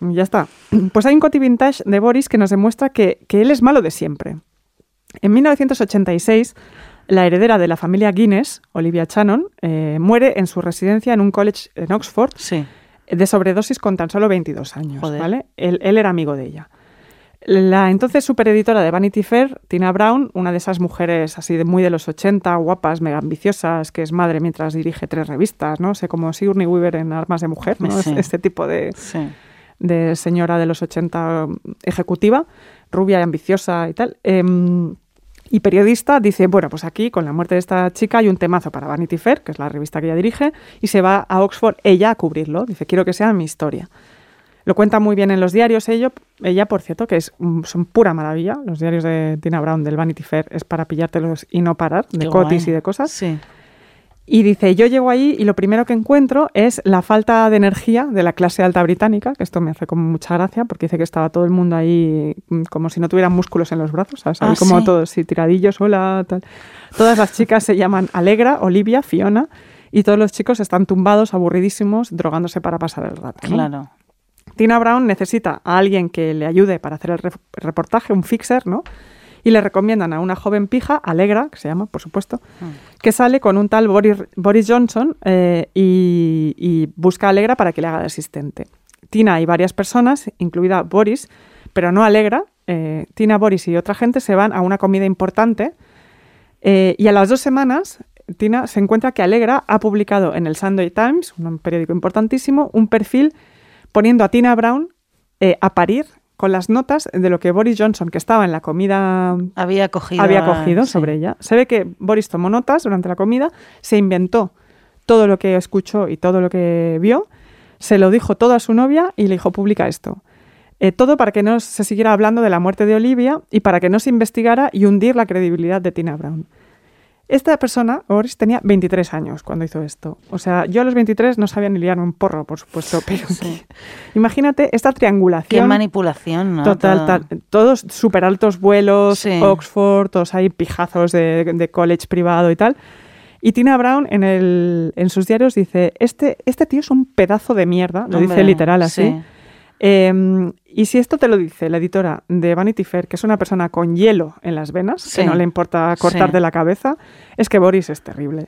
S4: ya está. Pues hay un coti vintage de Boris que nos demuestra que, que él es malo de siempre. En 1986, la heredera de la familia Guinness, Olivia Shannon, eh, muere en su residencia en un college en Oxford
S3: Sí.
S4: de sobredosis con tan solo 22 años,
S3: Joder.
S4: ¿vale? Él, él era amigo de ella. La entonces supereditora de Vanity Fair, Tina Brown, una de esas mujeres así de muy de los 80, guapas, mega ambiciosas, que es madre mientras dirige tres revistas, ¿no? sé, como Sigourney Weaver en Armas de Mujer, ¿no?
S3: Sí.
S4: Es- Este tipo de,
S3: Sí.
S4: de señora de los 80 um, ejecutiva, rubia y ambiciosa y tal. em, y periodista dice, bueno, pues aquí con la muerte de esta chica hay un temazo para Vanity Fair, que es la revista que ella dirige, y se va a Oxford ella a cubrirlo. Dice, quiero que sea mi historia. Lo cuenta muy bien en los diarios ello, ella, por cierto, que es, un- son pura maravilla. Los diarios de Tina Brown del Vanity Fair es para pillártelos y no parar,
S3: Qué
S4: de cotis
S3: guay.
S4: y de cosas.
S3: Sí.
S4: Y dice, yo llego allí y lo primero que encuentro es la falta de energía de la clase alta británica, que esto me hace como mucha gracia, porque dice que estaba todo el mundo ahí mm, como si no tuvieran músculos en los brazos, ¿sabes? Ahí
S3: Ah,
S4: como
S3: sí.
S4: todos, sí, tiradillos, hola, tal. Todas las chicas se llaman Alegra, Olivia, Fiona, y todos los chicos están tumbados, aburridísimos, drogándose para pasar el rato. ¿no?
S3: Claro.
S4: Tina Brown necesita a alguien que le ayude para hacer el ref- reportaje, un fixer, ¿no? Y le recomiendan a una joven pija, Alegra, que se llama, por supuesto, que sale con un tal Boris, Boris Johnson eh, y, y busca a Alegra para que le haga de asistente. Tina y varias personas, incluida Boris, pero no Alegra, eh, Tina, Boris y otra gente se van a una comida importante eh, y a las dos semanas, Tina se encuentra que Alegra ha publicado en el Sunday Times, un periódico importantísimo, un perfil poniendo a Tina Brown eh, a parir con las notas de lo que Boris Johnson, que estaba en la comida,
S3: Había cogido.
S4: había cogido
S3: sí.
S4: sobre ella. Se ve que Boris tomó notas durante la comida, se inventó todo lo que escuchó y todo lo que vio, se lo dijo todo a su novia y le dijo, publica esto. Eh, todo para que no se siguiera hablando de la muerte de Olivia y para que no se investigara y hundir la credibilidad de Tina Brown. Esta persona, Boris, tenía 23 años cuando hizo esto. O sea, yo a los 23 no sabía ni liarme un porro, por supuesto, [laughs] pero
S3: Sí.
S4: que- imagínate esta
S3: Qué
S4: triangulación.
S3: manipulación, ¿no?
S4: Total,
S3: Todo.
S4: tal. todos súper altos vuelos,
S3: Sí.
S4: Oxford, todos ahí pijazos de, de college privado y tal. Y Tina Brown en, el, en sus diarios dice, este, este tío es un pedazo de mierda, lo dice
S3: Hombre,
S4: literal así.
S3: sí.
S4: Eh, y si esto te lo dice la editora de Vanity Fair, que es una persona con hielo en las venas,
S3: Sí.
S4: que no le importa cortar
S3: Sí.
S4: de la cabeza, es que Boris es terrible.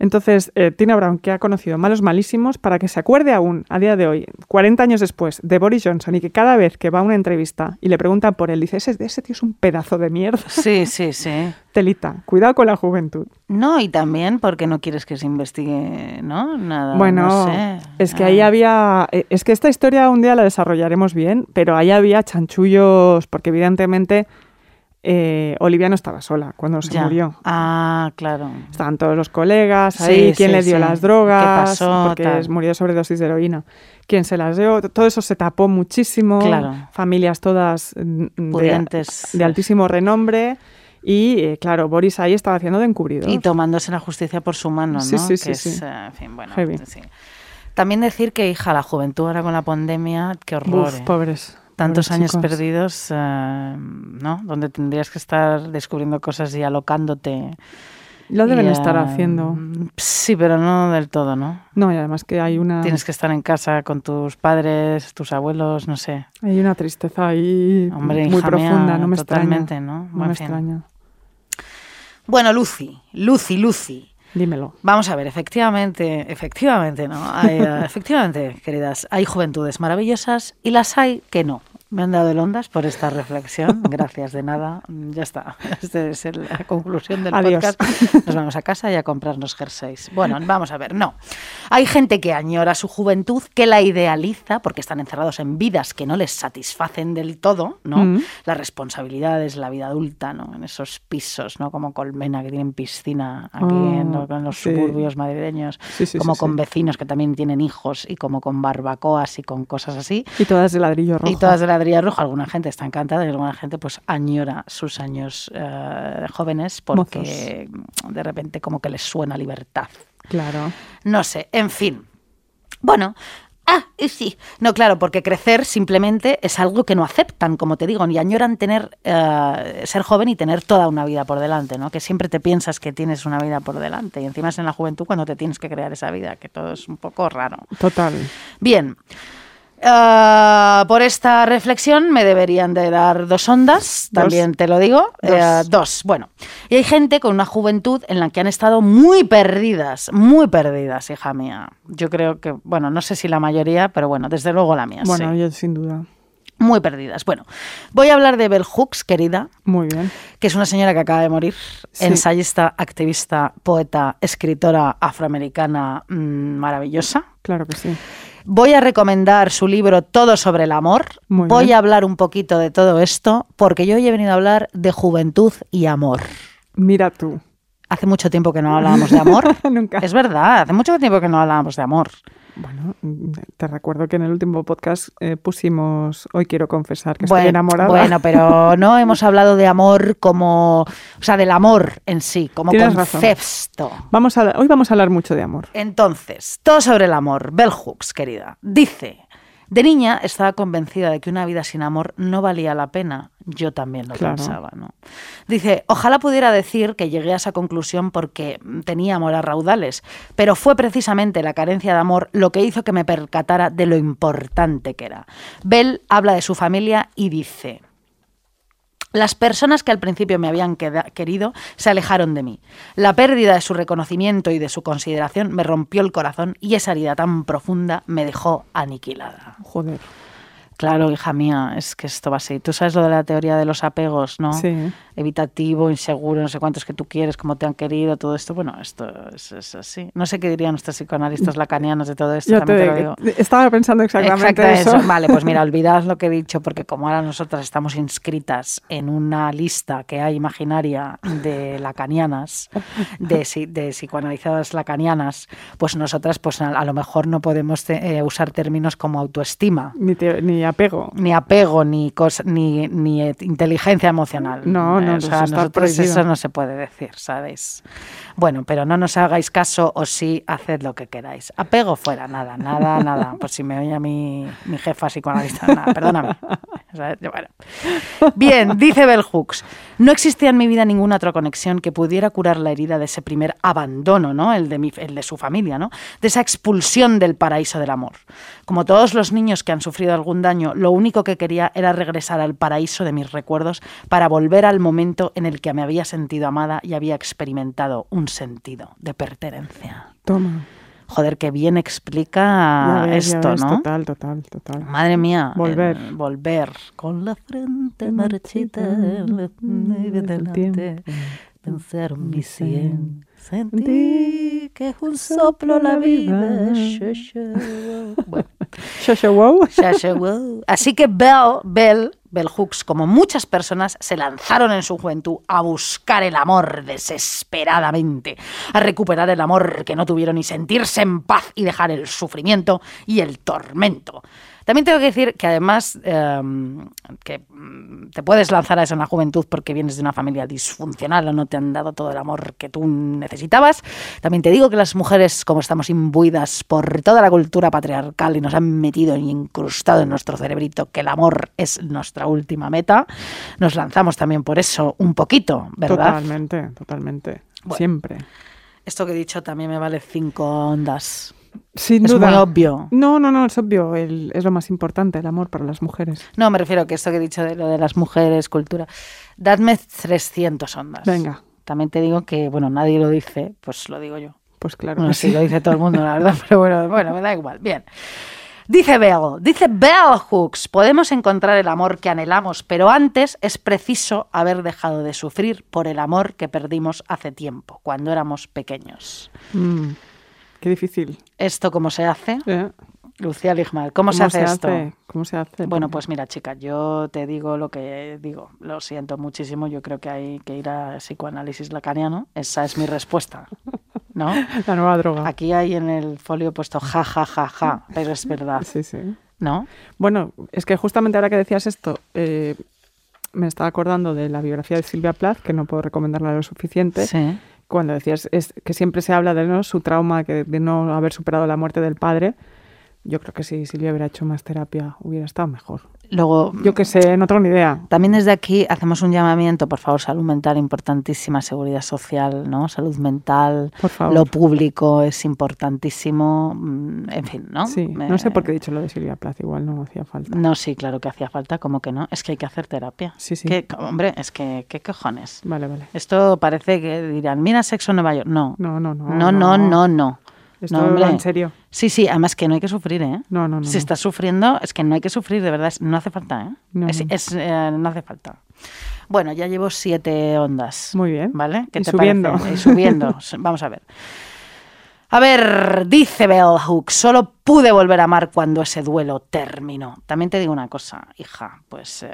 S4: Entonces, eh, Tina Brown, que ha conocido malos malísimos, para que se acuerde aún, a día de hoy, 40 años después, de Boris Johnson y que cada vez que va a una entrevista y le preguntan por él, dice, ese, ese tío es un pedazo de mierda. [laughs]
S3: Sí, sí, sí.
S4: Telita, cuidado con la juventud.
S3: No, y también porque no quieres que se investigue, ¿no? Nada.
S4: Bueno,
S3: no sé.
S4: es que
S3: Ah.
S4: ahí había, eh, es que esta historia un día la desarrollaremos bien, pero ahí había chanchullos, porque evidentemente eh, Olivia no estaba sola cuando se
S3: Ya.
S4: murió.
S3: Ah, claro.
S4: Estaban todos los colegas
S3: Sí,
S4: ahí, quién
S3: sí,
S4: le dio
S3: sí.
S4: las drogas,
S3: ¿Qué pasó?
S4: porque
S3: Tal.
S4: murió de sobredosis de heroína, quién se las dio, todo eso se tapó muchísimo,
S3: Claro.
S4: familias todas mm, de,
S3: Pudientes.
S4: de altísimo renombre y eh, claro, Boris ahí estaba haciendo de encubridor.
S3: Y tomándose la justicia por su mano, ¿no?
S4: Sí, sí, sí,
S3: Que es,
S4: sí.
S3: eh, en fin, bueno,
S4: Heavy.
S3: sí. También decir que, hija, la juventud ahora con la pandemia, qué horror.
S4: Uf,
S3: ¿eh?
S4: pobres.
S3: Tantos
S4: pobres
S3: años
S4: chicos.
S3: perdidos, eh, ¿no? Donde tendrías que estar descubriendo cosas y alocándote.
S4: Lo deben
S3: y,
S4: estar
S3: eh,
S4: haciendo.
S3: Sí, pero no del todo, ¿no?
S4: No, y además que hay una,
S3: Tienes que estar en casa con tus padres, tus abuelos, no sé.
S4: hay una tristeza ahí
S3: Hombre,
S4: muy
S3: hija
S4: profunda,
S3: mía,
S4: no me
S3: totalmente,
S4: extraña.
S3: ¿no?
S4: No
S3: Bueno,
S4: me
S3: en fin.
S4: extraña.
S3: Bueno, Lucy, Lucy, Lucy.
S4: Dímelo.
S3: Vamos a ver, efectivamente, efectivamente, ¿no?
S4: [laughs]
S3: Hay, eh, efectivamente, queridas, hay juventudes maravillosas y las hay que no. Me han dado el ondas por esta
S4: [laughs]
S3: reflexión. Gracias de nada. Mm, Ya está. Esta es el- la conclusión del
S4: Adiós.
S3: podcast. Nos vamos a casa y a comprarnos jerseys. Bueno, vamos a ver, no. Hay gente que añora su juventud, que la idealiza porque están encerrados en vidas que no les satisfacen del todo, ¿no?
S4: Mm.
S3: Las responsabilidades, la vida adulta, ¿no? En esos pisos, ¿no? Como Colmena, que tienen piscina aquí en,
S4: Ah,
S3: lo- en los
S4: sí.
S3: suburbios madrileños,
S4: Sí, sí,
S3: como
S4: sí,
S3: con
S4: sí.
S3: vecinos que también tienen hijos y como con barbacoas y con cosas así.
S4: Y todas de ladrillo rojo.
S3: Y todas de ladrillo rojo, alguna gente está encantada y alguna gente pues añora sus años eh, jóvenes porque de repente como que les suena libertad.
S4: Claro.
S3: No sé, en fin. Bueno. Ah, y sí. No, claro, porque crecer simplemente es algo que no aceptan, como te digo, ni añoran tener, eh, ser joven y tener toda una vida por delante, ¿no? Que siempre te piensas que tienes una vida por delante y encima es en la juventud cuando te tienes que crear esa vida, que todo es un poco raro.
S4: Total.
S3: Bien. Ah, por esta reflexión me deberían de dar dos ondas,
S4: Dos.
S3: también te lo digo.
S4: Dos.
S3: Eh, dos, bueno. Y hay gente con una juventud en la que han estado muy perdidas, muy perdidas, hija mía. Yo creo que, bueno, no sé si la mayoría, pero bueno, desde luego la mía.
S4: Bueno,
S3: sí.
S4: yo sin duda.
S3: Muy perdidas. Bueno, voy a hablar de Bell Hooks, querida,
S4: Muy bien.
S3: que es una señora que acaba de morir,
S4: Sí.
S3: ensayista, activista, poeta, escritora afroamericana mm, maravillosa.
S4: Claro que sí.
S3: Voy a recomendar su libro Todo sobre el amor.
S4: Muy
S3: Voy
S4: bien.
S3: a hablar un poquito de todo esto porque yo hoy he venido a hablar de juventud y amor.
S4: Mira tú. [laughs]
S3: Hace mucho tiempo que no hablábamos de amor.
S4: Nunca.
S3: Es verdad, hace mucho tiempo que no hablábamos de amor.
S4: Bueno, mm, te recuerdo que en el último podcast eh, pusimos Hoy quiero confesar que estoy
S3: Bueno,
S4: enamorada.
S3: Bueno, pero no hemos hablado de amor como, o sea, del amor en sí, como
S4: Tienes razón.
S3: concepto.
S4: [laughs] Vamos a, hoy vamos a hablar mucho de amor.
S3: Entonces, todo sobre el amor. Bell Hooks, querida, dice: De niña estaba convencida de que una vida sin amor no valía la pena. Yo también lo
S4: Claro.
S3: pensaba, ¿no? Dice: Ojalá pudiera decir que llegué a esa conclusión porque tenía amor a raudales, pero fue precisamente la carencia de amor lo que hizo que me percatara de lo importante que era. Bell habla de su familia y dice. Las personas que al principio me habían queda- querido se alejaron de mí. La pérdida de su reconocimiento y de su consideración me rompió el corazón y esa herida tan profunda me dejó aniquilada.
S4: Joder.
S3: Claro, hija mía, es que esto va así. Tú sabes lo de la teoría de los apegos, ¿no?
S4: Sí.
S3: Evitativo, inseguro, no sé cuántos que tú quieres, cómo te han querido, todo esto. Bueno, esto es, es así. No sé qué dirían nuestros psicoanalistas lacanianos de todo esto.
S4: Yo
S3: también
S4: te-
S3: te lo digo.
S4: estaba pensando exactamente
S3: Exacto,
S4: eso.
S3: Vale, pues mira, olvidad lo que he dicho, porque como ahora nosotras estamos inscritas en una lista que hay imaginaria de lacanianas, de, si- de psicoanalizadas lacanianas, pues nosotras pues a, a lo mejor no podemos te- eh, usar términos como autoestima.
S4: Ni, te- ni apego.
S3: Ni apego, ni cosa, ni, ni eh, inteligencia emocional.
S4: No, no,
S3: Eh, o
S4: eso
S3: sea,
S4: está
S3: nosotros
S4: prohibido.
S3: eso no se puede decir, ¿sabéis? Bueno, pero no nos hagáis caso o sí, haced lo que queráis.
S4: [laughs]
S3: Pues Apego fuera, nada, nada, nada. Por si me oye a mi, mi jefa psicoanalista, nada, perdóname. [laughs] O sea, bueno. Bien, dice Bell Hooks. No existía en mi vida ninguna otra conexión que pudiera curar la herida de ese primer abandono, ¿no? El de, mi- el de su familia, ¿no? De esa expulsión del paraíso del amor. Como todos los niños que han sufrido algún daño, lo único que quería era regresar al paraíso de mis recuerdos para volver al momento en el que me había sentido amada y había experimentado un sentido de pertenencia.
S4: Toma.
S3: Joder, que bien explica
S4: Ya ves, ya
S3: esto,
S4: ves,
S3: ¿no?
S4: Total, total, total.
S3: Madre mía.
S4: Volver.
S3: el volver. Con la frente
S4: marchita, la nube delante,
S3: pensar
S4: mi sien.
S3: Sentí que es un soplo
S4: la vida. [laughs]
S3: Bueno.
S4: Shasha wow.
S3: Ya llegó. Así que Bell, Bell, Bell Hooks, como muchas personas, se lanzaron en su juventud a buscar el amor desesperadamente, a recuperar el amor que no tuvieron y sentirse en paz y dejar el sufrimiento y el tormento. También tengo que decir que además em, que mm, te puedes lanzar a eso en la juventud porque vienes de una familia disfuncional o no te han dado todo el amor que tú necesitabas. También te digo que las mujeres, como estamos imbuidas por toda la cultura patriarcal y nos han metido y incrustado en nuestro cerebrito que el amor es nuestra última meta, nos lanzamos también por eso un poquito, ¿verdad?
S4: Totalmente, totalmente.
S3: Bueno.
S4: Siempre.
S3: Esto que he dicho también me vale cinco ondas.
S4: Sin
S3: Es
S4: duda.
S3: muy obvio.
S4: No, no, no, es obvio. El- es lo más importante, el amor para las mujeres.
S3: No, me refiero que esto que he dicho de lo de las mujeres, cultura. Dadme 300 ondas.
S4: Venga.
S3: También te digo que, bueno, nadie lo dice, pues lo digo yo.
S4: Pues claro.
S3: Bueno,
S4: que
S3: sí, lo dice todo el mundo, la verdad, [laughs] pero bueno, bueno, me da igual. Bien. Dice Bell, dice Bell Hooks, podemos encontrar el amor que anhelamos, pero antes es preciso haber dejado de sufrir por el amor que perdimos hace tiempo, cuando éramos pequeños.
S4: Mm, qué difícil.
S3: ¿Esto cómo se hace?
S4: ¿eh?
S3: Lucía Ligmar, ¿cómo, se hace esto?
S4: ¿Cómo se hace?
S3: Bueno, pues mira, chica, yo te digo lo que digo. Lo siento muchísimo. Yo creo que hay que ir a psicoanálisis lacaniano. Esa es mi respuesta. ¿No? [laughs]
S4: La nueva droga.
S3: Aquí hay en el folio puesto ja, ja, ja, ja, pero es verdad.
S4: Sí, sí.
S3: ¿No?
S4: Bueno, es que justamente ahora que decías esto, eh, me estaba acordando de la biografía de Silvia Plath, que no puedo recomendarla lo suficiente.
S3: Sí.
S4: Cuando decías es que siempre se habla de ¿no? su trauma, que de no haber superado la muerte del padre. Yo creo que si Silvia hubiera hecho más terapia, hubiera estado mejor.
S3: Luego,
S4: Yo qué sé, no tengo ni idea.
S3: también desde aquí hacemos un llamamiento, por favor, salud mental, importantísima, seguridad social, ¿no? Salud mental.
S4: Por favor.
S3: Lo público es importantísimo, mm, en fin, ¿no?
S4: Sí, no sé
S3: Eh,
S4: por qué he dicho lo de Silvia Plath, igual no hacía falta.
S3: No, sí, claro que hacía falta, como que no. Es que hay que hacer terapia.
S4: Sí, sí.
S3: Que, co- hombre, es que, ¿qué cojones?
S4: Vale, vale.
S3: Esto parece que dirán, mira sexo en Nueva York. No.
S4: No, no, no.
S3: No, no, no, no.
S4: Esto
S3: No, hombre.
S4: en serio.
S3: Sí, sí, además que no hay que sufrir, ¿eh?
S4: No, no, no.
S3: Si
S4: no.
S3: estás sufriendo, es que no hay que sufrir, de verdad, es- no hace falta, ¿eh?
S4: No,
S3: Es-
S4: no.
S3: es, eh, no hace falta. Bueno, ya llevo siete ondas.
S4: Muy bien.
S3: ¿Vale? ¿Qué
S4: Y
S3: te
S4: subiendo.
S3: parece? Y
S4: [laughs]
S3: subiendo. S- Vamos a ver. A ver, dice Bell Hook, solo pude volver a amar cuando ese duelo terminó. También te digo una cosa, hija, pues eh,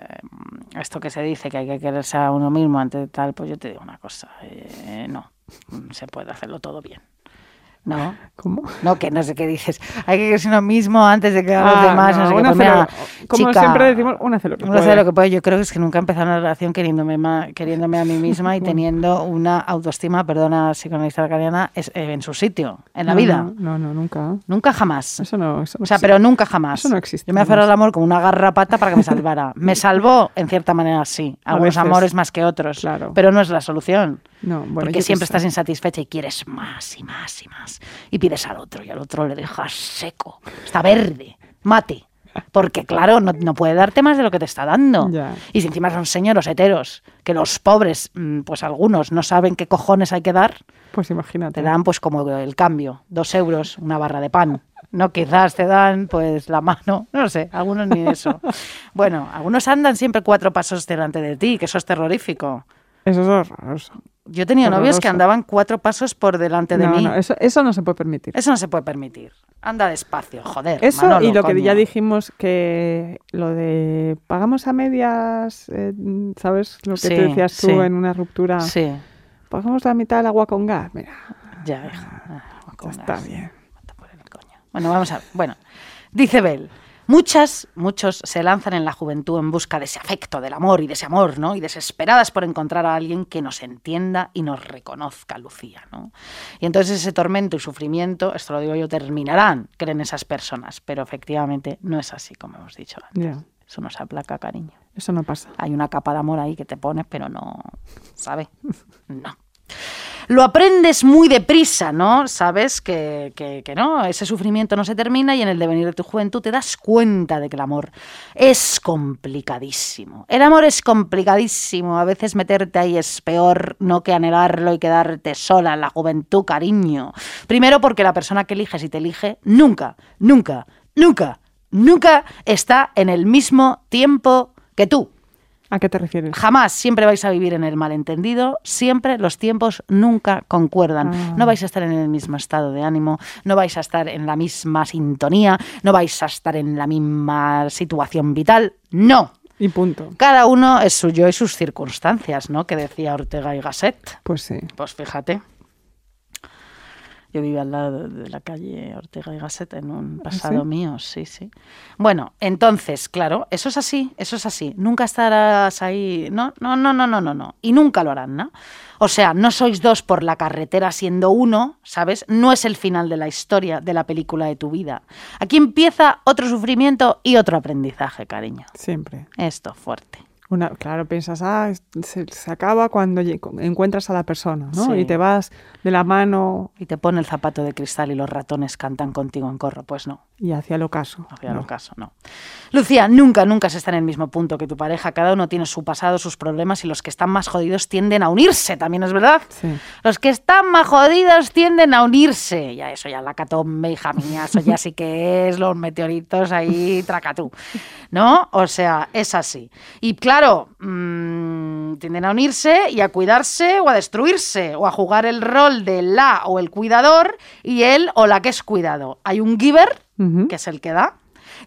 S3: esto que se dice que hay que quererse a uno mismo antes de tal, pues yo te digo una cosa, eh, no, se puede hacerlo todo bien. ¿No?
S4: ¿Cómo?
S3: No, que no sé qué dices. Hay que quererse uno mismo antes de que a
S4: Ah,
S3: los demás. No,
S4: no,
S3: sé qué.
S4: uno
S3: Pues
S4: hace
S3: mira,
S4: lo- como
S3: chica,
S4: siempre decimos, pues uno hace lo que
S3: uno hace
S4: puede.
S3: lo que puede. Yo creo que es que nunca he empezado una relación queriéndome, ma- queriéndome a mí misma
S4: [laughs]
S3: y teniendo una autoestima, perdona, psicoanalista lacaniana, es, eh, en su sitio, en la
S4: No,
S3: vida.
S4: No, no, no, nunca.
S3: Nunca jamás.
S4: Eso no. Eso no
S3: O sea,
S4: existe.
S3: pero nunca jamás.
S4: Eso no existe,
S3: Yo me aferro
S4: además.
S3: al amor como una garrapata para que me salvara.
S4: [laughs]
S3: me salvó, en cierta manera, sí.
S4: A
S3: Algunos
S4: veces.
S3: amores más que otros.
S4: Claro.
S3: Pero no es la solución.
S4: No, bueno, yo
S3: Porque
S4: qué
S3: siempre
S4: sé.
S3: estás insatisfecha y quieres más y más y más. Y pides al otro y al otro le dejas seco. Está verde, mate. Porque claro, no, no puede darte más de lo que te está dando.
S4: Ya.
S3: Y si encima son señoros heteros, que los pobres, mm, pues algunos no saben qué cojones hay que dar,
S4: Pues imagínate.
S3: te dan pues como el cambio, dos euros, una barra de pan. No, quizás te dan pues la mano, no sé, algunos ni eso.
S4: [laughs]
S3: Bueno, algunos andan siempre cuatro pasos delante de ti, que eso es terrorífico.
S4: Eso es horroroso.
S3: Yo tenía novios que
S4: Horroroso.
S3: andaban cuatro pasos por delante de
S4: no,
S3: mí.
S4: no, eso, eso no se puede permitir.
S3: Eso no se puede permitir. Anda despacio, joder.
S4: Eso
S3: Manolo,
S4: y lo que
S3: coño.
S4: ya dijimos que lo de pagamos a medias, eh, ¿sabes? Lo que
S3: Sí,
S4: te decías tú
S3: sí.
S4: en una ruptura.
S3: Sí,
S4: Pagamos la mitad del agua con gas. Mira,
S3: ya, hija. Ah, con
S4: está
S3: gas.
S4: bien.
S3: Anda por el coño. Bueno, vamos a ver. Bueno, dice Bell. Muchas, muchos se lanzan en la juventud en busca de ese afecto, del amor y de ese amor, ¿no? Y desesperadas por encontrar a alguien que nos entienda y nos reconozca, Lucía, ¿no? Y entonces ese tormento y sufrimiento, esto lo digo yo, terminarán, creen esas personas, pero efectivamente no es así, como hemos dicho antes.
S4: Ya.
S3: Eso nos aplaca, cariño.
S4: Eso no pasa.
S3: Hay una capa de amor ahí que te pones, pero no, ¿sabes? No. Lo aprendes muy deprisa, ¿no? Sabes que, que- que no, ese sufrimiento no se termina y en el devenir de tu juventud te das cuenta de que el amor es complicadísimo. El amor es complicadísimo. A veces meterte ahí es peor no que anhelarlo y quedarte sola en la juventud, cariño. Primero porque la persona que eliges y te elige nunca, nunca, nunca, nunca está en el mismo tiempo que tú.
S4: ¿A qué te refieres?
S3: Jamás, siempre vais a vivir en el malentendido, siempre los tiempos nunca concuerdan.
S4: Ah.
S3: No vais a estar en el mismo estado de ánimo, no vais a estar en la misma sintonía, no vais a estar en la misma situación vital, no.
S4: Y punto.
S3: Cada uno es suyo y sus circunstancias, ¿no? Que decía Ortega y Gasset.
S4: Pues sí.
S3: Pues fíjate. Yo vivía al lado de la calle Ortega y Gasset en un pasado
S4: sí?
S3: mío, sí, sí. Bueno, entonces, claro, eso es así, eso es así. Nunca estarás ahí, no, no, no, no, no, no, no. Y nunca lo harán, ¿no? O sea, no sois dos por la carretera siendo uno, ¿sabes? No es el final de la historia de la película de tu vida. Aquí empieza otro sufrimiento y otro aprendizaje, cariño.
S4: Siempre.
S3: Esto fuerte.
S4: Una, claro, piensas, ah, es- se, se acaba cuando lle- encuentras a la persona, ¿no?
S3: Sí.
S4: Y te vas de la mano
S3: Y te pone el zapato de cristal y los ratones cantan contigo en corro. Pues no,
S4: y hacia el ocaso.
S3: Hacia el
S4: No.
S3: ocaso, no. Lucía, nunca, nunca se está en el mismo punto que tu pareja. Cada uno tiene su pasado, sus problemas y los que están más jodidos tienden a unirse, también es verdad.
S4: Sí.
S3: Los que están más jodidos tienden a unirse. Ya eso, ya la catombe, hija mía, eso ya sí que es, los meteoritos ahí, tracatú. ¿No? O sea, es así. Y claro, mm, tienden a unirse y a cuidarse o a destruirse, o a jugar el rol de la o el cuidador y él o la que es cuidado. Hay un giver
S4: Ujú.
S3: que es el que da,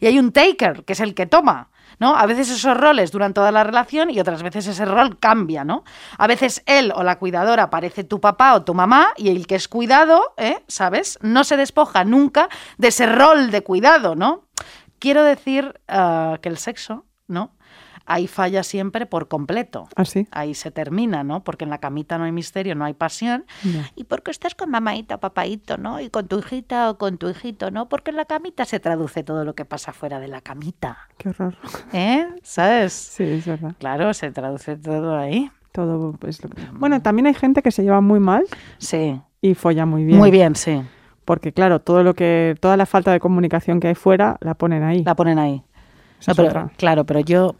S3: y hay un taker, que es el que toma. ¿No? A veces esos roles duran toda la relación y otras veces ese rol cambia, ¿no? A veces él o la cuidadora parece tu papá o tu mamá y el que es cuidado, ¿eh? ¿sabes? No se despoja nunca de ese rol de cuidado, ¿no? Quiero decir ah, que el sexo, ¿no? Ahí falla siempre por completo
S4: Así.
S3: ahí se termina, ¿no? Porque en la camita no hay misterio, no hay pasión.
S4: Ya.
S3: Y porque estás con mamaita o papaito, ¿no? Y con tu hijita o con tu hijito, ¿no? Porque en la camita se traduce todo lo que pasa fuera de la camita,
S4: Qué horror. [laughs]
S3: ¿eh? ¿Sabes?
S4: Sí, es verdad.
S3: Claro, se traduce todo ahí.
S4: Todo es lo que-
S3: Mm.
S4: Bueno, también hay gente que se lleva muy mal
S3: Sí.
S4: y folla muy bien.
S3: Muy bien, sí.
S4: Porque claro, todo lo que, toda la falta de comunicación que hay fuera la ponen ahí.
S3: La ponen ahí. No,
S4: Esa es
S3: pero,
S4: otra.
S3: claro, pero yo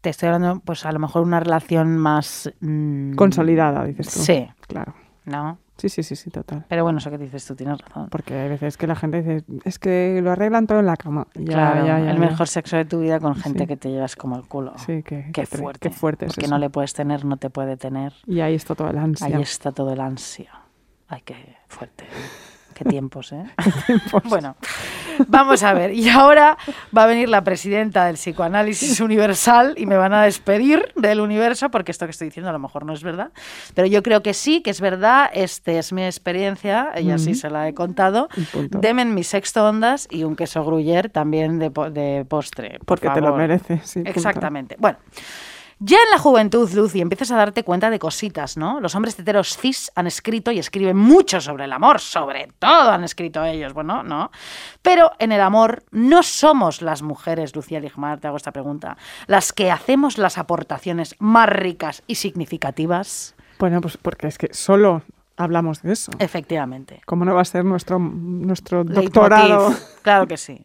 S3: te estoy hablando, pues a lo mejor una relación más... mm,
S4: Consolidada, dices tú.
S3: Sí.
S4: Claro.
S3: ¿No?
S4: Sí, sí, sí, sí, total.
S3: Pero bueno, eso que dices tú, tienes razón.
S4: Porque hay veces que la gente dice, es que lo arreglan todo en la cama. Ya,
S3: claro,
S4: ya, ya,
S3: el
S4: ya.
S3: mejor sexo de tu vida con gente
S4: Sí.
S3: que te llevas como el culo.
S4: Sí, que,
S3: Qué
S4: que tre-
S3: fuerte.
S4: Qué fuerte es
S3: Porque
S4: eso.
S3: no le puedes tener, no te puede tener.
S4: Y ahí está toda la ansia.
S3: Ahí está todo el ansia. Ay, qué fuerte. Qué tiempos, ¿eh?
S4: [laughs]
S3: bueno, vamos a ver. Y ahora va a venir la presidenta del psicoanálisis universal y me van a despedir del universo porque esto que estoy diciendo a lo mejor no es verdad. Pero yo creo que sí, que es verdad. Este es mi experiencia y así se la he contado.
S4: Y punto.
S3: Deme mis sexto ondas y un queso gruyer también de, po- de postre. por
S4: Porque te lo
S3: favor.
S4: mereces. Sí, punto.
S3: Exactamente. Bueno, ya en la juventud, Lucy, empiezas a darte cuenta de cositas, ¿no? Los hombres heteros cis han escrito y escriben mucho sobre el amor, sobre todo han escrito ellos, bueno, ¿no? Pero en el amor no somos las mujeres, Lucía Ligmar, te hago esta pregunta, las que hacemos las aportaciones más ricas y significativas.
S4: Bueno, pues porque es que solo hablamos de eso.
S3: Efectivamente.
S4: ¿Cómo no va a ser nuestro, nuestro
S3: Leitmotiv,
S4: doctorado? [laughs]
S3: Claro que sí.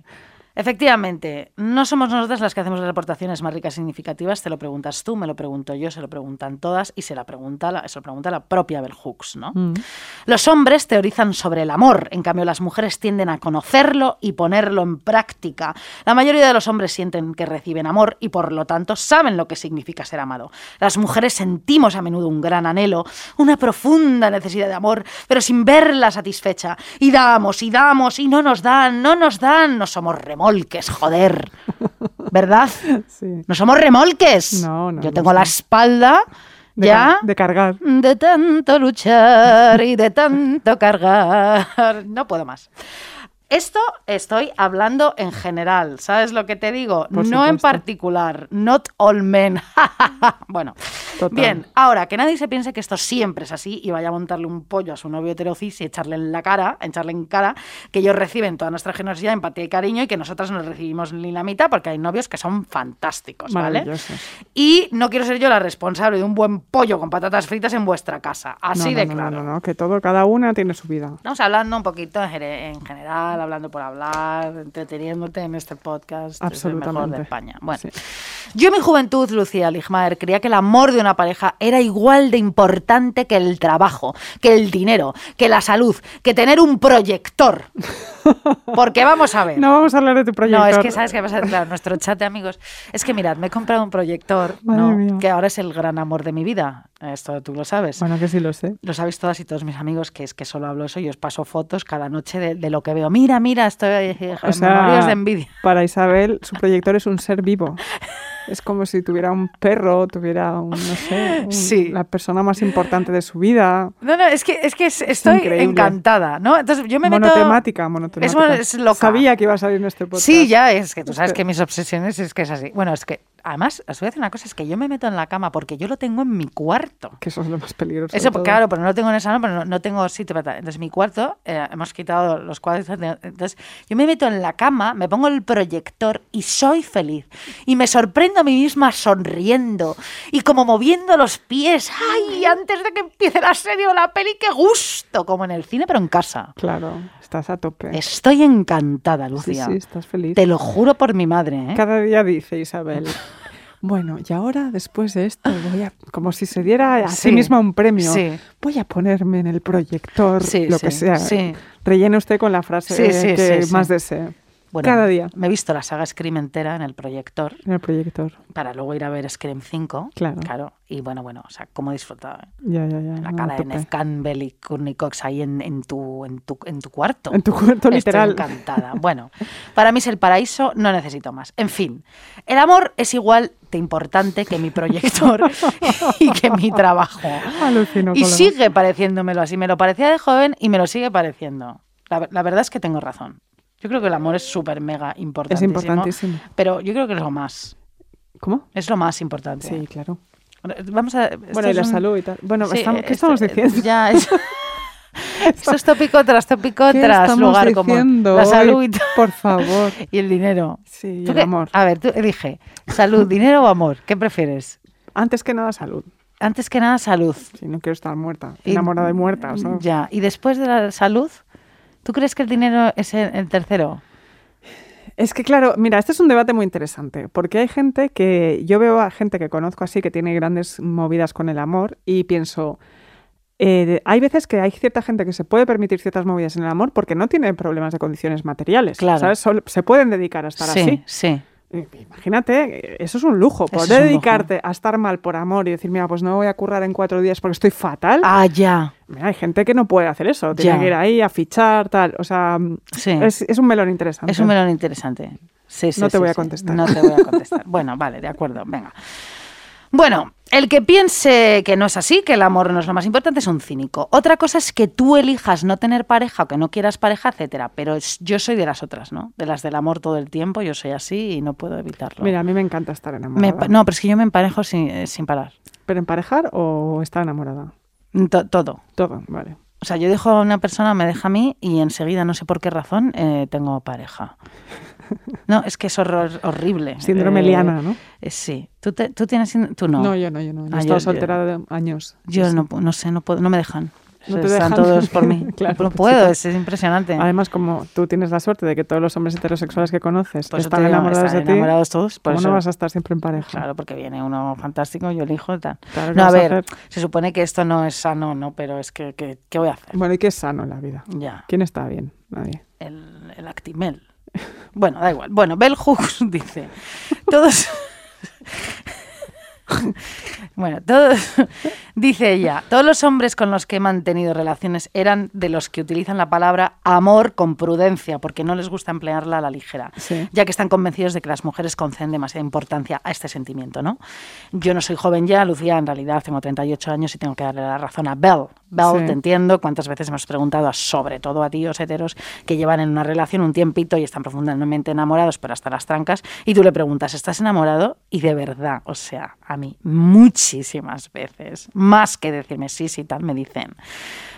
S3: Efectivamente, no somos nosotras las que hacemos las aportaciones más ricas y significativas, te lo preguntas tú, me lo pregunto yo, se lo preguntan todas y se, la pregunta, la- se lo pregunta la propia Bell Hooks, ¿no? Los hombres teorizan sobre el amor, en cambio las mujeres tienden a conocerlo y ponerlo en práctica. La mayoría de los hombres sienten que reciben amor y por lo tanto saben lo que significa ser amado. Las mujeres sentimos a menudo un gran anhelo, una profunda necesidad de amor, pero sin verla satisfecha. Y damos, y damos, y no nos dan, no nos dan, no somos remolques, joder.
S4: [laughs]
S3: ¿Verdad?
S4: Sí.
S3: No somos remolques.
S4: No, no,
S3: Yo
S4: no
S3: tengo la
S4: somos.
S3: espalda
S4: De,
S3: ya
S4: car- de cargar.
S3: de tanto luchar y de tanto cargar. No puedo más. Esto estoy hablando en general, ¿sabes lo que te digo?
S4: Por
S3: no en
S4: supuesto.
S3: particular, not all men. [laughs] bueno,
S4: Total.
S3: Bien, ahora que nadie se piense que esto siempre es así y vaya a montarle un pollo a su novio heterocis y echarle en la cara, echarle en cara que ellos reciben toda nuestra generosidad, empatía y cariño y que nosotras no recibimos ni la mitad porque hay novios que son fantásticos, Pues ¿vale?
S4: Maravillosos.
S3: Y no quiero ser yo la responsable de un buen pollo con patatas fritas en vuestra casa, así
S4: no,
S3: de
S4: no, no,
S3: claro.
S4: No, no, no, que todo, cada una tiene su vida.
S3: Estamos hablando un poquito en gere- en general, hablando por hablar, entreteniéndote en este podcast. es el mejor
S4: Absolutamente.
S3: de España. Bueno, eh,
S4: Sí.
S3: yo en mi juventud, Lucía Ligmaer, creía que el amor de una pareja era igual de importante que el trabajo, que el dinero, que la salud, que tener un
S4: [laughs]
S3: proyector. Porque vamos a ver.
S4: No vamos a hablar de tu proyecto.
S3: No, es que sabes qué pasa, claro, nuestro chat de amigos. Es que mirad, me he comprado un proyector,
S4: Madre
S3: ¿no?
S4: mía.
S3: que ahora es el gran amor de mi vida. Esto tú lo sabes
S4: Bueno, que sí lo sé.
S3: lo sabéis todas y todos mis amigos que es que solo hablo eso y os paso fotos cada noche de, de lo que veo. Mira, mira, estoy eh,
S4: O sea,
S3: memorias de envidia.
S4: Para Isabel, su proyector es un ser vivo. Es como si tuviera un perro, tuviera un, no sé, un-
S3: Sí.
S4: la persona más importante de su vida.
S3: No, no, es que, es que es- estoy
S4: increíble.
S3: encantada, ¿no? Entonces yo me meto...
S4: monotemática, monotemática.
S3: Es, es loca.
S4: Sabía que iba a salir en este podcast.
S3: Sí, ya es que tú
S4: Es
S3: sabes
S4: que-
S3: que mis obsesiones es que es así. Bueno, es que además os voy a decir una cosa, es que yo me meto en la cama porque yo lo tengo en mi cuarto.
S4: Que eso es lo más peligroso.
S3: Eso,
S4: de todo.
S3: claro, pero no lo tengo en el salón, pero no, no tengo sitio para tal. Entonces, mi cuarto, eh, hemos quitado los cuadros. Entonces, yo me meto en la cama, me pongo el proyector y soy feliz. Y me sorprendo a mí misma sonriendo y como moviendo los pies. ¡Ay! Antes de que empiece la serie o la peli, ¡qué gusto! Como en el cine, pero en casa.
S4: Claro, estás a tope.
S3: Estoy encantada,
S4: Sí,
S3: Lucía.
S4: sí, estás feliz.
S3: Te lo juro por mi madre, ¿eh?
S4: Cada día dice
S3: [laughs]
S4: Isabel. Bueno, y ahora después de esto voy a, como si se diera a sí,
S3: Sí,
S4: misma un premio,
S3: sí.
S4: voy a ponerme en el proyector,
S3: Sí,
S4: lo
S3: sí,
S4: que sea.
S3: sí.
S4: Rellene usted con la frase
S3: Sí, sí,
S4: que
S3: sí, sí.
S4: más desee.
S3: Bueno,
S4: Cada día
S3: Me he visto la saga Scream entera en el proyector.
S4: en el proyector.
S3: para luego ir a ver Scream 5.
S4: Claro.
S3: Y bueno, bueno, o sea, cómo disfrutaba. ¿eh?
S4: Ya, ya, ya.
S3: La
S4: no,
S3: cara
S4: a
S3: de
S4: Ah, tope.
S3: Ned Campbell y Courtney Cox ahí en, en tu, en, tu, en tu cuarto.
S4: En tu cuarto, literal.
S3: Estoy encantada. Bueno, para mí es el paraíso, no necesito más. En fin, el amor es igual de importante que mi proyector [laughs] y que mi trabajo.
S4: Alucino
S3: y
S4: con lo-
S3: sigue pareciéndomelo así. Me lo parecía de joven y me lo sigue pareciendo. La, ver- la verdad es que tengo razón. Yo creo que el amor es súper mega importante.
S4: Es importantísimo.
S3: Pero yo creo que es lo más.
S4: ¿Cómo?
S3: Es lo más importante.
S4: Sí, claro.
S3: Bueno, Vamos a. esto
S4: Bueno, y
S3: es
S4: la
S3: un-
S4: salud y tal. Bueno,
S3: Sí,
S4: estamos-
S3: esto-
S4: ¿qué estamos diciendo? [laughs]
S3: Ya, es... Esto es tópico tras tópico
S4: ¿Qué
S3: tras
S4: estamos
S3: lugar común.
S4: diciendo
S3: La
S4: hoy?
S3: salud y tal. [laughs]
S4: Por favor.
S3: y el dinero.
S4: Sí,
S3: ¿Tú
S4: el
S3: qué- Ah.
S4: amor.
S3: A ver, tú elige: salud, dinero o amor. ¿Qué prefieres?
S4: Antes que nada, salud.
S3: Antes que nada, salud.
S4: Si no quiero estar muerta,
S3: Y-
S4: enamorada y muerta. o sea.
S3: Ya, y después de la salud, ¿tú crees que el dinero es el, el tercero?
S4: Es que claro, mira, este es un debate muy interesante, porque hay gente que, yo veo a gente que conozco así, que tiene grandes movidas con el amor, y pienso, eh, hay veces que hay cierta gente que se puede permitir ciertas movidas en el amor porque no tiene problemas de condiciones materiales,
S3: Claro.
S4: ¿sabes? Solo- se pueden dedicar a estar
S3: sí,
S4: así.
S3: sí.
S4: Eh, Imagínate, eh, eso es un lujo,
S3: Eso es
S4: poder
S3: un lujo.
S4: dedicarte a estar mal por amor y decir, mira, pues no voy a currar en cuatro días porque estoy fatal.
S3: Ah, ya.
S4: Mira, hay gente que no puede hacer eso, tiene
S3: Ya.
S4: que ir ahí a fichar, tal. O sea,
S3: Sí.
S4: es, es un melón interesante.
S3: Es un melón interesante. Sí, sí,
S4: No te
S3: sí,
S4: voy a
S3: sí.
S4: contestar.
S3: No te voy a contestar. bueno, vale, de acuerdo, venga. Bueno, el que piense que no es así, que el amor no es lo más importante, es un cínico. Otra cosa es que tú elijas no tener pareja o que no quieras pareja, etcétera. Pero es- yo soy de las otras, ¿no? De las del amor todo el tiempo, yo soy así y no puedo evitarlo.
S4: Mira, a mí me encanta estar enamorada.
S3: Me pa- no, pero es que yo me emparejo sin, eh, sin parar.
S4: ¿Pero emparejar o estar enamorada?
S3: To- todo.
S4: Todo, vale.
S3: O sea, yo dejo a una persona, me deja a mí y enseguida, no sé por qué razón, eh, tengo pareja. No, es que es horror- horrible.
S4: Síndrome
S3: Eh,
S4: Liana, ¿no?
S3: Eh, Sí. ¿Tú, te- tú tienes... in- Tú no.
S4: yo no, yo no. Yo
S3: Ah, yo-
S4: he estado
S3: yo-
S4: soltera de años.
S3: Yo
S4: Sí, sí.
S3: no, pu- no sé, no, puedo, no me dejan.
S4: No te
S3: Están
S4: dejan.
S3: todos
S4: [laughs]
S3: por mí.
S4: Claro, pues
S3: no puedo,
S4: chica.
S3: es, es impresionante.
S4: Además, como tú tienes la suerte de que todos los hombres heterosexuales que conoces
S3: Por eso
S4: están
S3: te digo,
S4: enamorados
S3: están
S4: de ti,
S3: enamorados todos, por
S4: ¿cómo
S3: eso-
S4: no vas a estar siempre en pareja?
S3: Claro, porque viene uno fantástico, yo elijo tal.
S4: Claro, ¿qué
S3: no, a
S4: vas a
S3: ver,
S4: hacer?
S3: se supone que esto no es sano, ¿no? Pero es que, que- ¿qué voy a hacer?
S4: Bueno, y qué es sano en la vida.
S3: Ya,
S4: ¿Quién está bien? Nadie.
S3: el, el Actimel. Bueno, da igual. Bueno, Bell Hooks [laughs] dice, [laughs] todos... bueno, todos, Dice ella, todos los hombres con los que he mantenido relaciones eran de los que utilizan la palabra amor con prudencia, porque no les gusta emplearla a la ligera,
S4: Sí.
S3: ya que están convencidos de que las mujeres conceden demasiada importancia a este sentimiento, ¿no? Yo no soy joven ya, Lucía, en realidad tengo 38 años y tengo que darle la razón a Bell. Bell,
S4: Sí.
S3: te entiendo cuántas veces hemos preguntado, a- sobre todo a tíos heteros que llevan en una relación un tiempito y están profundamente enamorados, pero hasta las trancas, y tú le preguntas, ¿estás enamorado? Y de verdad, o sea, a mí muchísimas veces, más que decirme sí, sí, tal, me dicen,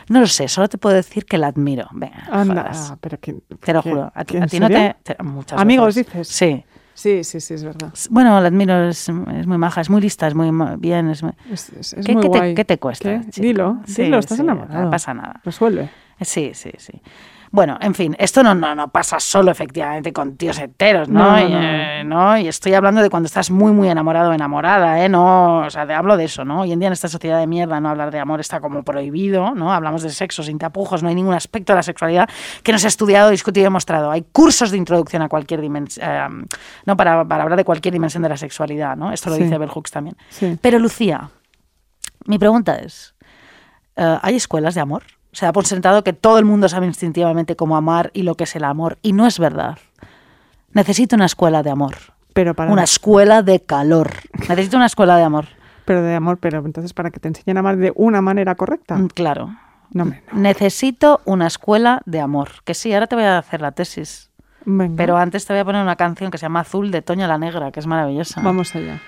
S3: no lo sé, solo te puedo decir que la admiro. Venga,
S4: Anda,
S3: jodas.
S4: ah, pero que-
S3: Te lo
S4: que-
S3: juro, a ti,
S4: ¿que
S3: a
S4: en
S3: ti no
S4: serio?
S3: te... te- muchas
S4: Amigos,
S3: veces.
S4: dices.
S3: Sí.
S4: Sí, sí, sí, es verdad.
S3: S- Bueno, la admiro, es, es muy maja, es muy lista, es muy ma- bien, es muy-
S4: Es, es- es
S3: ¿Qué-
S4: muy
S3: qué te-
S4: guay.
S3: qué te cuesta,
S4: ¿Qué?
S3: chica?
S4: Dilo,
S3: Sí,
S4: dilo, estás
S3: sí,
S4: enamorado.
S3: no pasa nada.
S4: Resuelve.
S3: Sí, sí, sí. Bueno, en fin, esto no, no, no pasa solo efectivamente con tíos enteros, ¿no?
S4: No, no,
S3: y,
S4: no.
S3: eh, ¿no? Y estoy hablando de cuando estás muy, muy enamorado o enamorada, ¿eh? No, o sea, te hablo de eso, ¿no? Hoy en día en esta sociedad de mierda, ¿no? Hablar de amor está como prohibido, ¿no? Hablamos de sexo sin tapujos, no hay ningún aspecto de la sexualidad que no se ha estudiado, discutido y demostrado. Hay cursos de introducción a cualquier dimensión, eh, ¿no? Para, para hablar de cualquier dimensión de la sexualidad, ¿no? Esto lo
S4: Sí.
S3: dice Bell Hooks también.
S4: Sí.
S3: Pero Lucía, mi pregunta es, eh, ¿hay escuelas de amor? Se da por sentado que todo el mundo sabe instintivamente cómo amar y lo que es el amor, y no es verdad. Necesito una escuela de amor,
S4: Pero para
S3: una escuela de calor. Necesito una escuela de amor,
S4: pero de amor, pero entonces para que te enseñen a amar de una manera correcta.
S3: Mm, claro.
S4: No, hombre,
S3: Necesito una escuela de amor. Que sí, ahora te voy a hacer la tesis.
S4: no. Venga,
S3: Pero antes te voy a poner una canción que se llama Azul de Toña la Negra, que es maravillosa.
S4: vamos allá.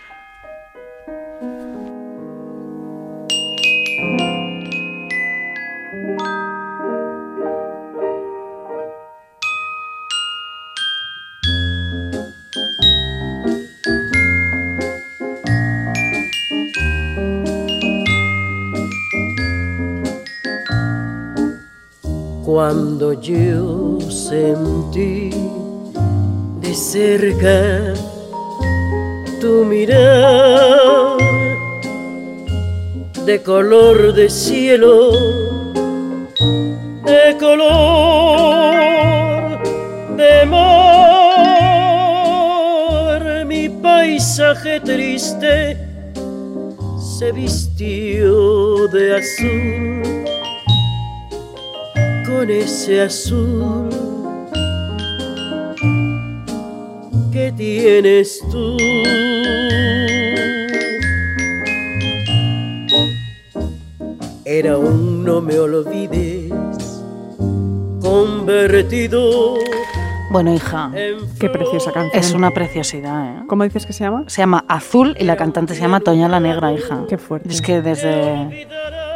S7: cuando yo sentí de cerca tu mirar de color de cielo, de color de mar, mi paisaje triste se vistió de azul con ese azul que tienes tú. Era un no me olvides convertido
S3: Bueno, hija,
S4: Eh,
S7: en
S4: Qué preciosa canción.
S3: es una preciosidad, ¿eh?
S4: ¿Cómo dices que se llama?
S3: Se llama Azul y la cantante se llama Toña la Negra, hija.
S4: Qué fuerte.
S3: Es que desde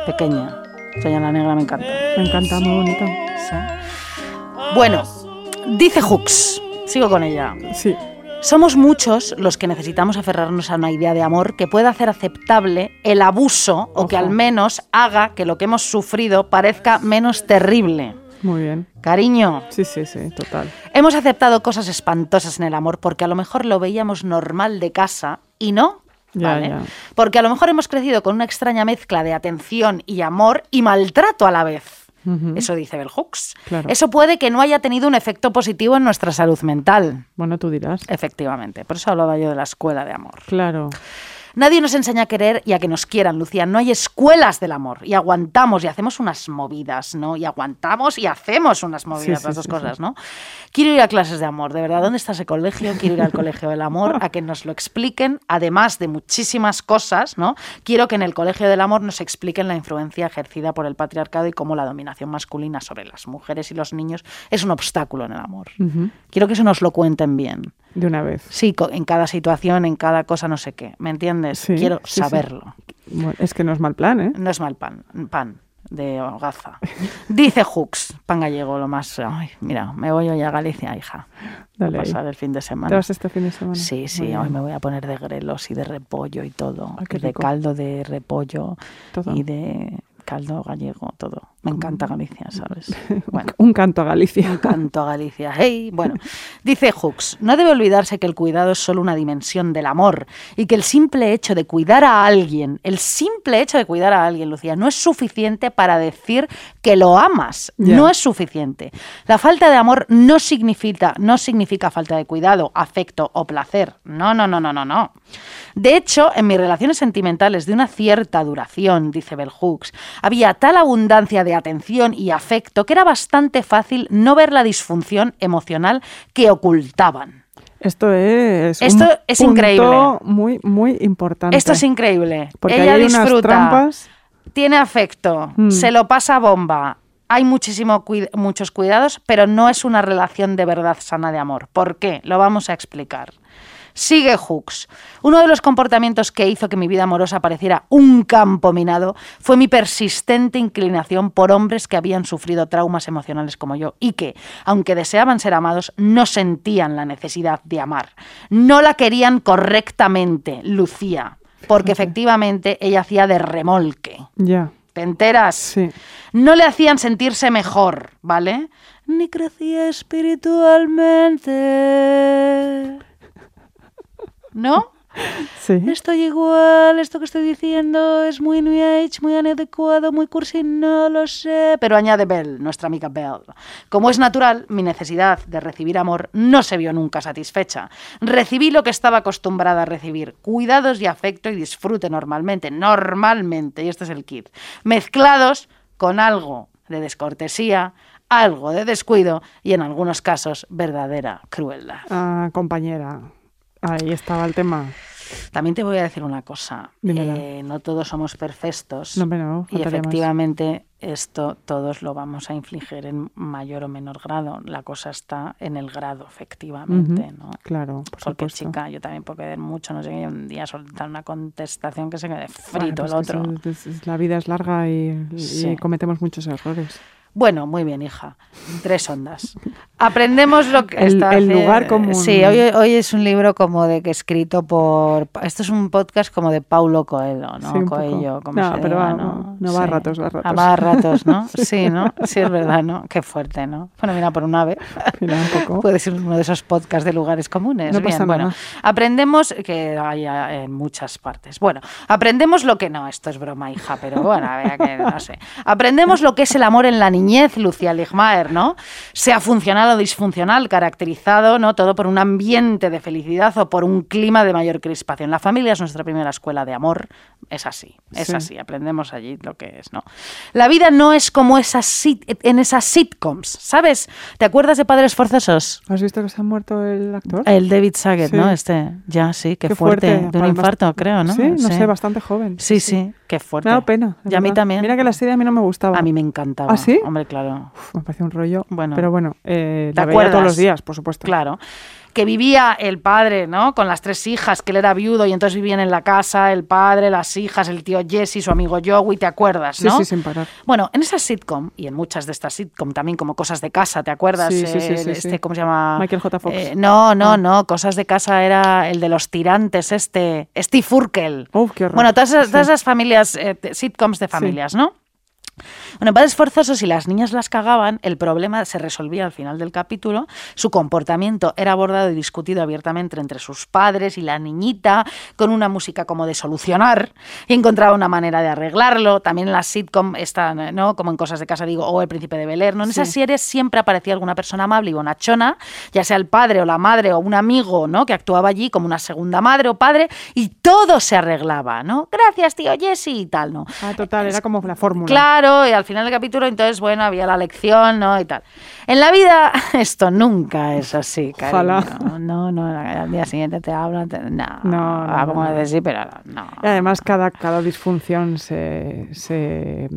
S3: pequeña, Toña la Negra me encanta.
S4: Me encanta, muy bonito.
S3: Sí. Bueno, dice Hooks, sigo con ella.
S4: Sí.
S3: Somos muchos los que necesitamos aferrarnos a una idea de amor que pueda hacer aceptable el abuso o que
S4: Ojo.
S3: al menos haga que lo que hemos sufrido parezca menos terrible.
S4: Muy bien.
S3: Cariño,
S4: Sí, sí, sí, total.
S3: Hemos aceptado cosas espantosas en el amor porque a lo mejor lo veíamos normal de casa y no.
S4: Ya, ya.
S3: Porque a lo mejor hemos crecido con una extraña mezcla de atención y amor y maltrato a la vez.
S4: Ujú.
S3: Eso dice Bell Hooks.
S4: Claro.
S3: Eso puede que no haya tenido un efecto positivo en nuestra salud mental,
S4: Bueno, tú dirás.
S3: efectivamente. Por eso hablaba yo de la escuela de amor.
S4: Claro.
S3: Nadie nos enseña a querer y a que nos quieran, Lucía. No hay escuelas del amor. Y aguantamos y hacemos unas movidas, ¿no? Y aguantamos y hacemos unas movidas,
S4: sí,
S3: las dos
S4: sí,
S3: cosas, ¿no? Quiero ir a clases de amor, de verdad. ¿Dónde está ese colegio? Quiero ir al colegio del amor a que nos lo expliquen, además de muchísimas cosas, ¿no? Quiero que en el colegio del amor nos expliquen la influencia ejercida por el patriarcado y cómo la dominación masculina sobre las mujeres y los niños es un obstáculo en el amor.
S4: Ujú.
S3: Quiero que eso nos lo cuenten bien.
S4: De una vez.
S3: Sí, co- en cada situación, en cada cosa, no sé qué. ¿Me entiendes?
S4: Sí,
S3: Quiero
S4: sí, sí.
S3: saberlo.
S4: Bueno, es que no es mal plan, ¿eh?
S3: No es mal pan, pan de hogaza. Dice Hooks, pan gallego, lo más. Ay, mira, me voy hoy a Galicia, hija.
S4: Dale.
S3: a
S4: ahí.
S3: pasar el fin de
S4: ¿Te
S3: semana.
S4: vas este fin de semana?
S3: Sí,
S4: Muy
S3: sí,
S4: bien.
S3: hoy me voy a poner de grelos y de repollo y todo.
S4: Ay, qué
S3: de
S4: rico.
S3: caldo de repollo
S4: Todo.
S3: y de caldo gallego, todo. Me encanta Galicia,
S4: [laughs]
S3: ¿sabes? Bueno.
S4: Un canto a Galicia.
S3: Un canto a Galicia. Hey, bueno, dice Hooks, no debe olvidarse que el cuidado es solo una dimensión del amor y que el simple hecho de cuidar a alguien, el simple hecho de cuidar a alguien, Lucía, no es suficiente para decir que lo amas.
S4: Ya.
S3: No es suficiente. La falta de amor no significa, no significa falta de cuidado, afecto o placer. No, no, no, no, no, no. De hecho, en mis relaciones sentimentales de una cierta duración, dice Bell Hooks, había tal abundancia de atención y afecto que era bastante fácil no ver la disfunción emocional que ocultaban.
S4: [laughs] Esto es. un
S3: Esto es
S4: punto
S3: increíble.
S4: Muy, muy importante.
S3: Esto es increíble.
S4: Porque
S3: Ella
S4: ahí hay
S3: disfruta.
S4: unas trampas.
S3: Tiene afecto,
S4: Mm.
S3: se lo pasa bomba. Hay muchísimo cuid- muchos cuidados, pero no es una relación de verdad sana de amor. ¿Por qué? Lo vamos a explicar. Sigue Hooks. Uno de los comportamientos que hizo que mi vida amorosa pareciera un campo minado fue mi persistente inclinación por hombres que habían sufrido traumas emocionales como yo y que, aunque deseaban ser amados, no sentían la necesidad de amar. No la querían correctamente, Lucía, porque efectivamente ella hacía de remolque.
S4: Ya.
S3: ¿Te enteras?
S4: Sí.
S3: No le hacían sentirse mejor, ¿vale? Ni crecía espiritualmente. ¿No?
S4: Sí.
S3: Estoy igual, esto que estoy diciendo es muy new age, muy inadecuado, muy cursi, no lo sé. Pero añade Bell, nuestra amiga Bell. Como es natural, mi necesidad de recibir amor no se vio nunca satisfecha. Recibí lo que estaba acostumbrada a recibir, cuidados y afecto y disfrute normalmente, normalmente, y este es el kit, mezclados con algo de descortesía, algo de descuido y en algunos casos verdadera crueldad.
S4: Ah, compañera. Ahí estaba el tema.
S3: También te voy a decir una cosa.
S4: Dímela.
S3: Eh, no todos somos perfectos.
S4: No, hombre, no,
S3: y
S4: faltaría más.
S3: efectivamente esto todos lo vamos a infligir en mayor o menor grado. La cosa está en el grado, efectivamente.
S4: Ujú,
S3: ¿no?
S4: Claro, por
S3: Porque
S4: supuesto.
S3: chica, yo también puedo querer mucho, no sé qué, y un día soltar una contestación que se quede
S4: Bueno,
S3: frito el
S4: pues que
S3: otro.
S4: eso es- es- la vida es larga y, y
S3: Sí.
S4: cometemos
S3: [laughs]
S4: muchos errores.
S3: Bueno, muy bien, hija. Tres ondas. Aprendemos lo que
S4: El-
S3: está
S4: el
S3: hace-
S4: lugar común.
S3: Sí, hoy, hoy es un libro como de que escrito por. Esto es un podcast como de Paulo Coelho, ¿no?
S4: Sí, un poco.
S3: Coelho, como
S4: No,
S3: se
S4: pero
S3: diga,
S4: va-
S3: ¿no?
S4: no, va a
S3: Sí.
S4: ratos, va a ratos.
S3: Ah, va a ratos,
S4: [laughs]
S3: ¿no? Sí, ¿no? Sí, es verdad, ¿no? Qué fuerte, ¿no? Bueno, mira, por un ave.
S4: Mira, un poco.
S3: Puede ser uno de esos podcasts de lugares comunes.
S4: Oh. No
S3: Bien,
S4: pasa
S3: bueno,
S4: nada.
S3: aprendemos que hay eh, en muchas partes. Bueno, aprendemos lo que no, esto es broma, hija, pero bueno, a ver, que no sé. Aprendemos lo que es el amor en la niñez, Lucía Ligmaer, ¿no? Sea funcional o disfuncional, caracterizado, ¿no? Todo por un ambiente de felicidad o por un clima de mayor crispación. La familia es nuestra primera escuela de amor, es así, es
S4: Sí.
S3: así, aprendemos allí lo que es, ¿no? La vida no es como esas sit- en esas sitcoms, ¿sabes? ¿Te acuerdas de Padres Forzosos?
S4: ¿Has visto que se ha muerto el actor?
S3: El David Saget,
S4: Sí.
S3: ¿no? Este, ya, sí, Eh, qué,
S4: Qué
S3: fuerte. De un
S4: Palmas-
S3: infarto, creo, ¿no?
S4: Sí, no sé, bastante joven.
S3: Sí, sí, qué fuerte.
S4: Me ha dado pena. de
S3: Y a mí
S4: verdad.
S3: también.
S4: Mira que la serie a mí no me gustaba.
S3: A mí me encantaba.
S4: ¿Ah, sí?
S3: Hombre, claro.
S4: Uf, me parecía un rollo.
S3: Bueno.
S4: Pero bueno, eh,
S3: ¿Te
S4: la veía todos
S3: acuerdas?
S4: los días, por supuesto.
S3: Claro. Que vivía el padre, ¿no? Con las tres hijas, que él era viudo y entonces vivían en la casa, el padre, las hijas, el tío Jesse, su amigo Joey, ¿te acuerdas,
S4: Sí,
S3: no?
S4: sí, sin parar.
S3: Bueno, en esas sitcom, y en muchas de estas sitcom también, como Cosas de Casa, ¿te acuerdas?
S4: Sí, sí, sí,
S3: El-
S4: sí, sí.
S3: este, ¿Cómo se llama?
S4: Michael J. Fox.
S3: Eh, no, no,
S4: Ah.
S3: no. Cosas de Casa era el de los tirantes, este. Steve Furkel.
S4: Uf, qué horror.
S3: bueno, todas esas,
S4: Sí.
S3: todas esas familias, eh, te- sitcoms de familias, ¿no? Bueno, padres forzosos, si las niñas las cagaban, el problema se resolvía al final del capítulo. Su comportamiento era abordado y discutido abiertamente entre sus padres y la niñita, con una música como de solucionar, y encontraba una manera de arreglarlo. También en las sitcom están, ¿no? Como en Cosas de Casa, digo, o El Príncipe de Bel Air, ¿no? En esas series siempre aparecía alguna persona amable y bonachona, ya sea el padre o la madre o un amigo, ¿no? Que actuaba allí como una segunda madre o padre, y todo se arreglaba, ¿no? Gracias, tío Jesse, y tal, ¿no?
S4: Ah, total, era como la fórmula.
S3: Claro, y al final del capítulo, entonces, bueno, había la lección, ¿no? Y tal. En la vida, [laughs] esto nunca es así, cariño.
S4: Ojalá.
S3: No, no, al día siguiente te hablan, te- no.
S4: No, no,
S3: Ah, como
S4: no, Eh, no.
S3: de sí, pero no.
S4: Y además cada, cada disfunción se, se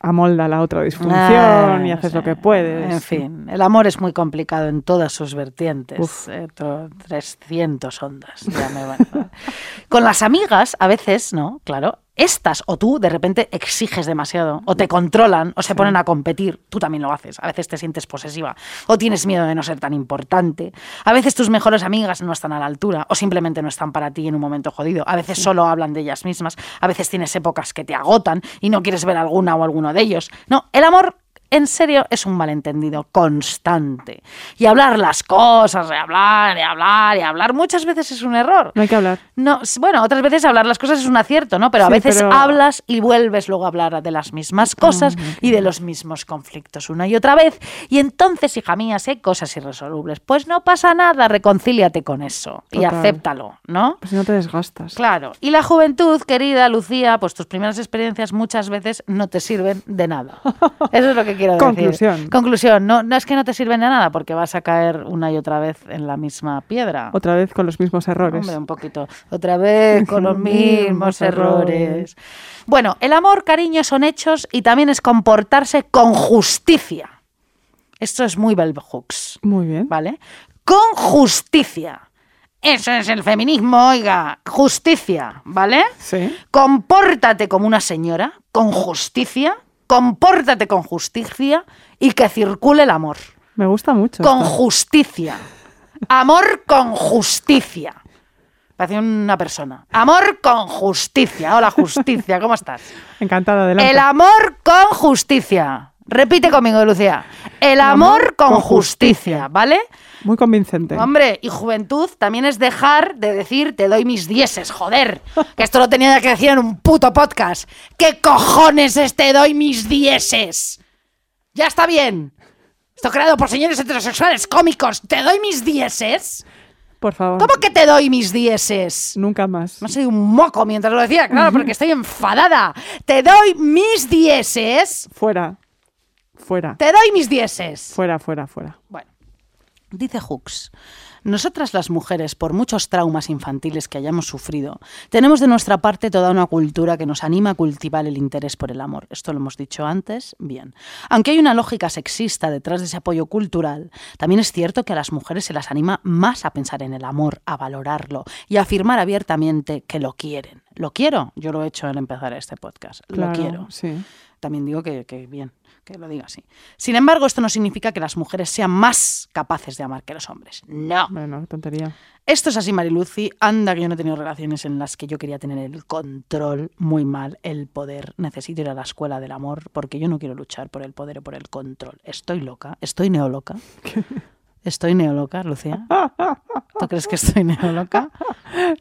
S4: amolda a la otra disfunción
S3: Ah,
S4: y
S3: no
S4: haces
S3: sé.
S4: lo que puedes.
S3: En fin, el amor es muy complicado en todas sus vertientes.
S4: Uf.
S3: Eh, to- [laughs] 300 ondas. ya me van a- Con las amigas, a veces, ¿no? Claro, estas o tú de repente exiges demasiado o te controlan o se ponen a competir. Tú también lo haces. A veces te sientes posesiva o tienes miedo de no ser tan importante. A veces tus mejores amigas no están a la altura o simplemente no están para ti en un momento jodido. A veces solo hablan de ellas mismas. A veces tienes épocas que te agotan y no quieres ver alguna o alguno de ellos. No, el amor en serio, es un malentendido constante. Y hablar las cosas, y hablar, y hablar, y hablar, muchas veces es un error.
S4: No hay que hablar.
S3: No, s- bueno, otras veces hablar las cosas es un acierto, ¿no? Pero a
S4: Sí,
S3: veces
S4: pero-
S3: hablas y vuelves luego a hablar de las mismas cosas y de los mismos conflictos una y otra vez. Y entonces, hija mía, si hay cosas irresolubles, pues no pasa nada, reconcíliate con eso y
S4: Total.
S3: acéptalo, ¿no?
S4: Pues si no te desgastas.
S3: Claro. Y la juventud, querida Lucía, pues tus primeras experiencias muchas veces no te sirven de
S4: [laughs]
S3: nada. Eso es lo que quiero
S4: Conclusión.
S3: decir. Conclusión. No, no es que no te sirven de nada porque vas a caer una y otra vez en la misma piedra.
S4: Otra vez con los mismos errores.
S3: Hombre, un poquito. Otra vez con los
S4: Los [laughs] mismos
S3: mismos
S4: errores.
S3: errores. Bueno, el amor, cariño, son hechos y también es comportarse con justicia. Esto es muy bell hooks.
S4: Muy bien.
S3: ¿vale? Con justicia. Eso es el feminismo, oiga. Justicia, ¿vale?
S4: Sí.
S3: Compórtate como una señora, con justicia. Compórtate con justicia y que circule el amor.
S4: Me gusta mucho.
S3: Con
S4: esto.
S3: justicia. Amor con justicia. Parece una persona. Amor con justicia. Hola, justicia, ¿cómo [laughs] estás?
S4: Encantada, adelante.
S3: El amor con justicia. Repite conmigo, Lucía. El amor con
S4: con
S3: justicia, ¿vale?
S4: Muy
S3: [laughs]
S4: convincente.
S3: Hombre, y juventud también es dejar de decir te doy mis dieces, joder. Que esto lo tenía que decir en un puto podcast. ¿Qué cojones es te doy mis dieces? Ya está bien. Esto creado por señores heterosexuales cómicos. ¿Te doy mis dieces?
S4: Por favor.
S3: ¿Cómo que te doy mis dieces?
S4: Nunca más.
S3: Me ha salido un moco mientras lo decía, claro, porque estoy enfadada. Te doy mis dieces.
S4: Fuera. Fuera.
S3: Te doy mis dieces.
S4: Fuera, fuera, fuera.
S3: Bueno, dice Hooks. Nosotras las mujeres, por muchos traumas infantiles que hayamos sufrido, tenemos de nuestra parte toda una cultura que nos anima a cultivar el interés por el amor. Esto lo hemos dicho antes, bien. Aunque hay una lógica sexista detrás de ese apoyo cultural, también es cierto que a las mujeres se las anima más a pensar en el amor, a valorarlo y a afirmar abiertamente que lo quieren. Lo quiero, yo lo he hecho al empezar este podcast.
S4: Claro,
S3: lo quiero.
S4: Sí.
S3: También digo que, que bien, que lo diga así. Sin embargo, esto no significa que las mujeres sean más capaces de amar que los hombres. No.
S4: Bueno, qué tontería.
S3: Esto es así, Mariluci. Anda que yo no he tenido relaciones en las que yo quería tener el control muy mal, el poder. Necesito ir a la escuela del amor porque yo no quiero luchar por el poder o por el control. Estoy loca, estoy neoloca. Estoy neoloca, Lucía. ¿Tú crees que estoy neoloca?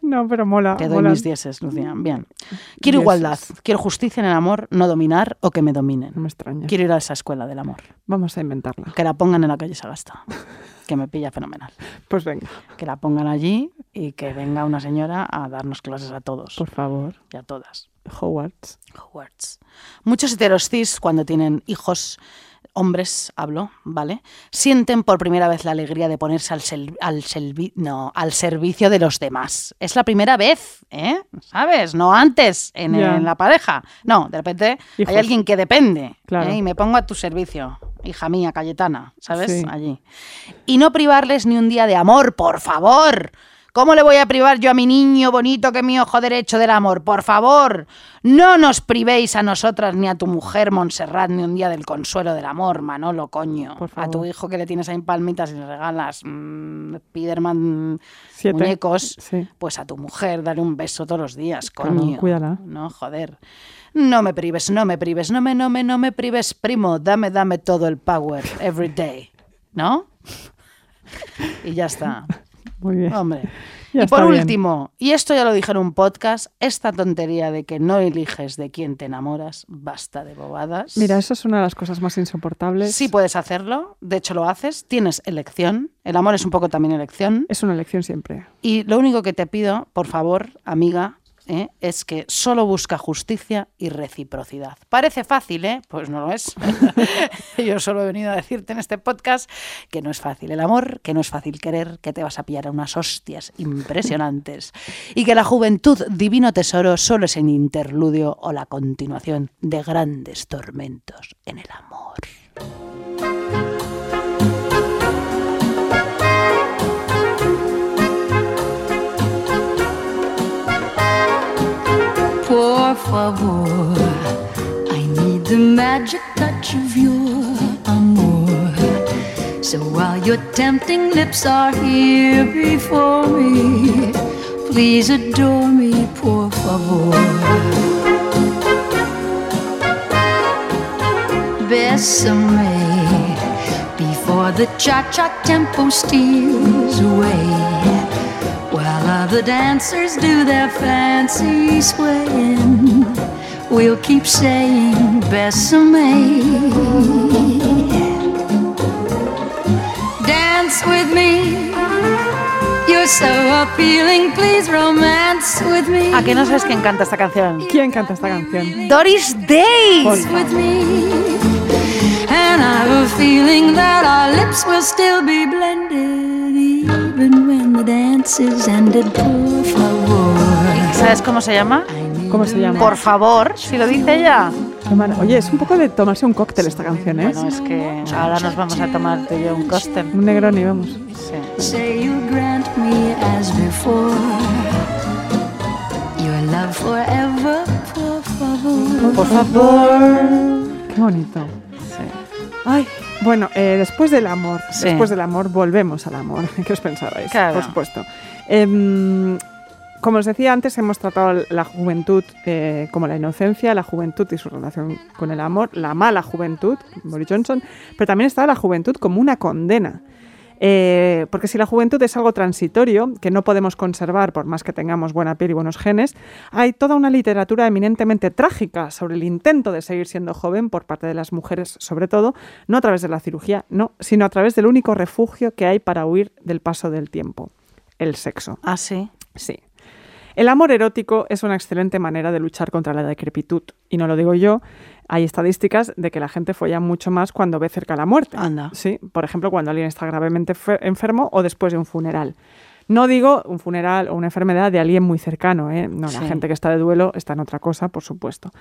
S4: No, pero mola.
S3: Te doy
S4: mola.
S3: mis dieces, Lucía. Bien. Quiero igualdad, quiero justicia en el amor, no dominar o que me dominen.
S4: No me extraña.
S3: Quiero ir a esa escuela del amor.
S4: Vamos a inventarla.
S3: Que la pongan en la calle Sagasta. Que me pilla fenomenal.
S4: Pues venga,
S3: Que la pongan allí y que venga una señora a darnos clases a todos
S4: por favor.
S3: y a todas.
S4: Hogwarts.
S3: Hogwarts. Muchos heteros cis, cuando tienen hijos, hombres, hablo, ¿vale? Sienten por primera vez la alegría de ponerse al, sel- al, selvi- no, al servicio de los demás. Es la primera vez, ¿eh? ¿Sabes? No antes, en,
S4: Ya.
S3: en la pareja. No, de repente
S4: Hijos.
S3: hay alguien que depende.
S4: Claro.
S3: ¿eh? Y me pongo a tu servicio, hija mía, Cayetana, ¿sabes?
S4: Sí.
S3: Allí. Y no privarles ni un día de amor, por favor. ¿Cómo le voy a privar yo a mi niño bonito que es mi ojo derecho del amor? Por favor, no nos privéis a nosotras ni a tu mujer, Montserrat, ni un día del consuelo del amor, Manolo, coño.
S4: Por
S3: A tu
S4: favor.
S3: hijo que le tienes ahí en palmitas y le regalas mmm, Spiderman
S4: Siete.
S3: muñecos,
S4: Sí.
S3: pues a tu mujer dale un beso todos los días,
S4: Claro,
S3: coño.
S4: cuídala.
S3: No, joder. No me prives, no me prives, no me, no me, no me prives, primo. Dame, dame todo el power every day. ¿No? Y ya
S4: [laughs]
S3: está.
S4: Muy bien.
S3: Hombre.
S4: Ya
S3: y por
S4: está bien.
S3: último, y esto ya lo dije en un podcast, esta tontería de que no eliges de quién te enamoras, basta de bobadas.
S4: Mira, eso es una de las cosas más insoportables.
S3: Sí puedes hacerlo, de hecho lo haces, tienes elección, el amor es un poco también elección.
S4: Es una elección siempre.
S3: Y lo único que te pido, por favor, amiga, ¿eh? es que solo busca justicia y reciprocidad. Parece fácil, ¿eh? Pues no lo es. [laughs] Yo solo he venido a decirte en este podcast que no es fácil el amor, que no es fácil querer, que te vas a pillar a unas hostias impresionantes y que la juventud, divino tesoro, solo es el interludio o la continuación de grandes tormentos en el amor.
S2: Poor favor. I need the magic touch of your amour. So while your tempting lips are here before me, please adore me, por favor. Besame before the cha-cha tempo steals away. While other dancers do their fancy swaying, we'll keep saying Besame. Dance with me. You're so appealing, please romance with me.
S3: ¿A qué no sabes que encanta esta canción? Pues-
S4: ¿Quién canta esta canción?
S3: Doris Day.
S4: Por
S2: with me. And I have a feeling that our lips will still be blended even when the dance is ended. Por favor.
S3: ¿Sabes cómo se llama?
S4: ¿Cómo se llama?
S3: Por favor, si lo dice ella.
S4: Romana. Oye, es un poco de tomarse un cóctel esta canción, ¿eh?
S3: Bueno, es que ahora nos vamos a tomar tú y yo un cóctel.
S4: Un Negroni, vamos.
S3: Sí.
S2: Say you'll grant me as before. Your love forever, por favor.
S3: Por favor.
S4: Qué bonito.
S3: Sí.
S4: Ay, bueno, eh, después del amor,
S3: Sí.
S4: después del amor, volvemos al amor. [laughs] ¿Qué os pensabais?
S3: Claro.
S4: Por supuesto. Em, como os decía antes, hemos tratado la juventud eh, como la inocencia, la juventud y su relación con el amor, la mala juventud, Boris Johnson, pero también está la juventud como una condena. Eh, porque si la juventud es algo transitorio, que no podemos conservar por más que tengamos buena piel y buenos genes, hay toda una literatura eminentemente trágica sobre el intento de seguir siendo joven por parte de las mujeres, sobre todo, no a través de la cirugía, no, sino a través del único refugio que hay para huir del paso del tiempo, el sexo.
S3: Ah, sí.
S4: Sí. El amor erótico es una excelente manera de luchar contra la decrepitud. Y no lo digo yo, hay estadísticas de que la gente folla mucho más cuando ve cerca la muerte.
S3: Anda.
S4: Sí, por ejemplo, cuando alguien está gravemente fe- enfermo o después de un funeral. No digo un funeral o una enfermedad de alguien muy cercano, ¿eh? No, la
S3: Sí.
S4: gente que está de duelo está en otra cosa, por supuesto.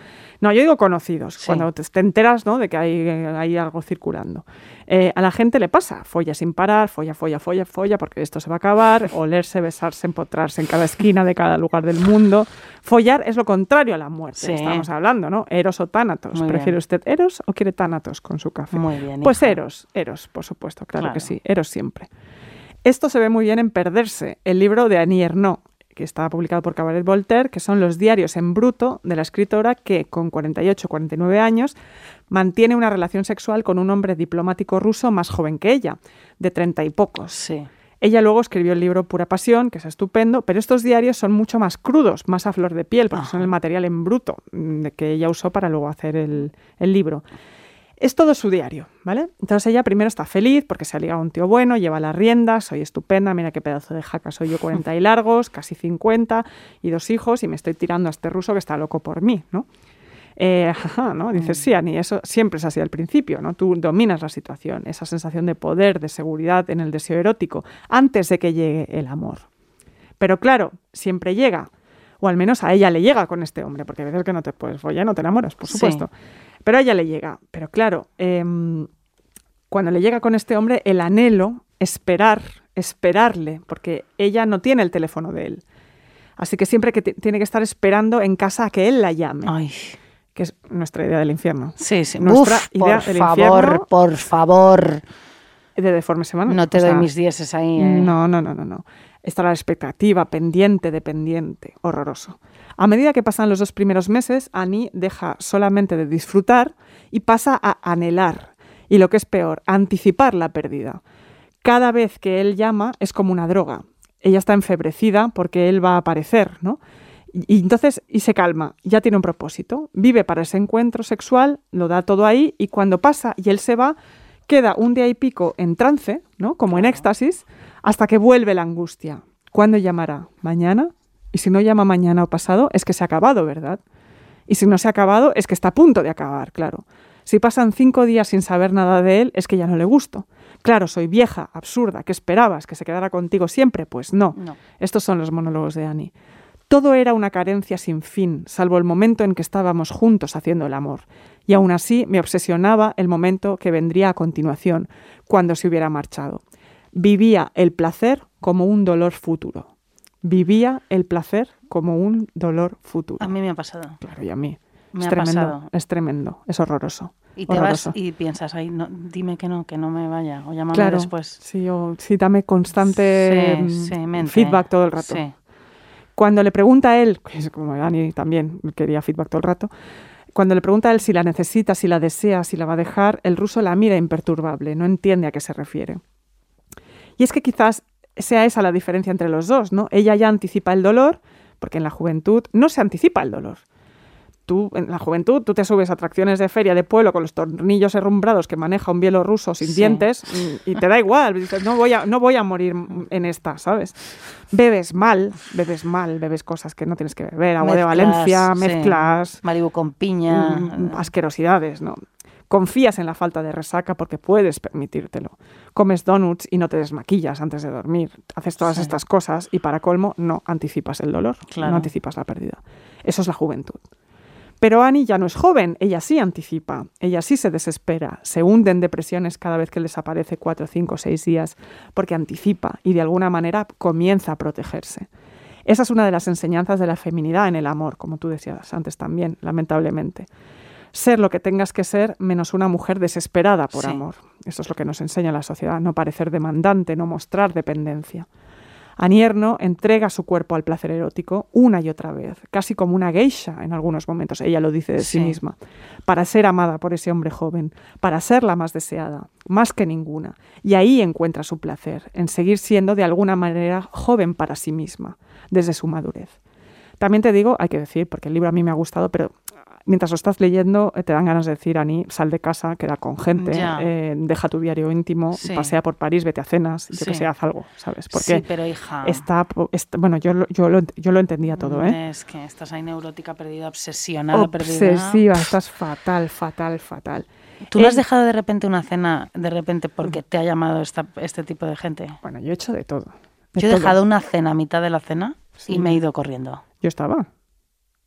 S4: No, yo digo conocidos,
S3: Sí.
S4: cuando te, te enteras ¿no? de que hay, hay algo circulando. Eh, a la gente le pasa, folla sin parar, folla, folla, folla, folla, porque esto se va a acabar, olerse, besarse, empotrarse en cada esquina de cada lugar del mundo. Follar es lo contrario a la muerte,
S3: Sí.
S4: estamos hablando, ¿no? Eros o tánatos.
S3: Muy
S4: ¿Prefiere
S3: bien.
S4: usted Eros o quiere tánatos con su café?
S3: Muy bien,
S4: Pues
S3: hija.
S4: Eros, Eros, por supuesto, claro, que
S3: Claro.
S4: sí, Eros siempre. Esto se ve muy bien en Perderse, el libro de Annie Ernaux, que está publicado por Cabaret Voltaire, que son los diarios en bruto de la escritora que, con 48 49 años, mantiene una relación sexual con un hombre diplomático ruso más joven que ella, de treinta y pocos.
S3: Sí.
S4: Ella luego escribió el libro Pura Pasión, que es estupendo, pero estos diarios son mucho más crudos, más a flor de piel, porque son el material en bruto mm, de que ella usó para luego hacer el, el libro. Es todo su diario, ¿vale? Entonces ella primero está feliz porque se ha ligado a un tío bueno, lleva la rienda, soy estupenda, mira qué pedazo de jaca soy yo, 40 y largos, casi 50, y dos hijos, y me estoy tirando a este ruso que está loco por mí, ¿no? Eh, ajá, ¿no? Dices, sí, Ani, eso siempre es así al principio, ¿no? Tú dominas la situación, esa sensación de poder, de seguridad en el deseo erótico, antes de que llegue el amor. Pero claro, siempre llega, o al menos a ella le llega con este hombre, porque a veces que no te puedes follar, no te enamoras, por
S3: Sí.
S4: supuesto. Pero a ella le llega. Pero claro, em, cuando le llega con este hombre, el anhelo, esperar, esperarle, porque ella no tiene el teléfono de él. Así que siempre que ti- tiene que estar esperando en casa a que él la llame
S3: Ay.
S4: que es nuestra idea del infierno.
S3: Sí, sí.
S4: Nuestra
S3: Uf,
S4: idea
S3: por
S4: del
S3: favor,
S4: infierno-
S3: por favor.
S4: De deforme semana.
S3: No te
S4: o
S3: doy
S4: sea,
S3: mis dieces ahí. ¿eh?
S4: No, no, no, no, no. Está la expectativa, pendiente, dependiente, horroroso. A medida que pasan los dos primeros meses, Annie deja solamente de disfrutar y pasa a anhelar. Y lo que es peor, a anticipar la pérdida. Cada vez que él llama es como una droga. Ella está enfebrecida porque él va a aparecer, ¿no? Y, y entonces, y se calma, ya tiene un propósito, vive para ese encuentro sexual, lo da todo ahí y cuando pasa y él se va, queda un día y pico en trance, ¿no? Como en éxtasis, hasta que vuelve la angustia. ¿Cuándo llamará? ¿Mañana? Y si no llama mañana o pasado, es que se ha acabado, ¿verdad? Y si no se ha acabado, es que está a punto de acabar, claro. Si pasan cinco días sin saber nada de él, es que ya no le gusto. Claro, soy vieja, absurda, ¿qué esperabas? ¿Que se quedara contigo siempre? Pues no.
S3: No.
S4: Estos son los monólogos de Annie. Todo era una carencia sin fin, salvo el momento en que estábamos juntos haciendo el amor. Y aún así me obsesionaba el momento que vendría a continuación, cuando se hubiera marchado. Vivía el placer como un dolor futuro. Vivía el placer como un dolor futuro.
S3: A mí me ha pasado.
S4: Claro, y a mí.
S3: Me
S4: es
S3: ha
S4: tremendo,
S3: pasado.
S4: es tremendo, es horroroso.
S3: Y te
S4: horroroso.
S3: vas y piensas, ay, no, dime que no, que no me vaya, o llámame
S4: Claro,
S3: después.
S4: sí, o, sí, dame constante
S3: Sí,
S4: mm,
S3: sí, mente. ¿eh?
S4: feedback todo el rato.
S3: Sí.
S4: Cuando le pregunta a él, que es como Dani también quería feedback todo el rato, cuando le pregunta a él si la necesita, si la desea, si la va a dejar, el ruso la mira imperturbable, no entiende a qué se refiere. Y es que quizás sea esa la diferencia entre los dos, ¿no? Ella ya anticipa el dolor, porque en la juventud no se anticipa el dolor. Tú, en la juventud, tú te subes a atracciones de feria de pueblo con los tornillos herrumbrados que maneja un bielorruso sin
S3: Sí.
S4: dientes y, y te da igual. Dices, no voy, a, no voy a morir en esta, ¿sabes? Bebes mal, bebes mal, bebes cosas que no tienes que beber, agua de
S3: Mezclas,
S4: Valencia,
S3: sí.
S4: mezclas,
S3: Malibu con piña.
S4: mm, asquerosidades, ¿no? Confías en la falta de resaca porque puedes permitírtelo. Comes donuts y no te desmaquillas antes de dormir. Haces todas
S3: Sí.
S4: estas cosas y para colmo no anticipas el dolor,
S3: Claro.
S4: no anticipas la pérdida. Eso es la juventud. Pero Annie ya no es joven, ella sí anticipa, ella sí se desespera, se hunde en depresiones cada vez que les aparece cuatro, cinco, seis días, porque anticipa y de alguna manera comienza a protegerse. Esa es una de las enseñanzas de la feminidad en el amor, como tú decías antes también, lamentablemente. Ser lo que tengas que ser menos una mujer desesperada por
S3: Sí.
S4: amor. Eso es lo que nos enseña la sociedad, no parecer demandante, no mostrar dependencia. Anierno entrega su cuerpo al placer erótico una y otra vez, casi como una geisha en algunos momentos, ella lo dice de sí,
S3: Sí.
S4: misma, para ser amada por ese hombre joven, para ser la más deseada, más que ninguna. Y ahí encuentra su placer, en seguir siendo de alguna manera joven para sí misma, desde su madurez. También te digo, hay que decir, porque el libro a mí me ha gustado, pero ah, mientras lo estás leyendo eh, te dan ganas de decir, Ani, sal de casa, queda con gente,
S3: Ya.
S4: eh, deja tu diario íntimo,
S3: Sí.
S4: pasea por París, vete a cenas, yo que
S3: Sí.
S4: sé, haz algo, ¿sabes? Porque
S3: sí, pero hija.
S4: está, po- está- bueno, yo lo, yo, lo, ent- yo lo entendía todo, ¿eh?
S3: Es que estás ahí neurótica, perdida, obsesionada, perdida.
S4: Obsesiva, estás fatal, fatal, fatal.
S3: ¿Tú no has
S4: Eh,
S3: dejado de repente una cena, de repente, porque te ha llamado esta, este tipo de gente?
S4: Bueno, yo he hecho de todo. de
S3: Yo he
S4: todo.
S3: dejado una cena a mitad de la cena
S4: Sí.
S3: y me he ido corriendo.
S4: Yo estaba.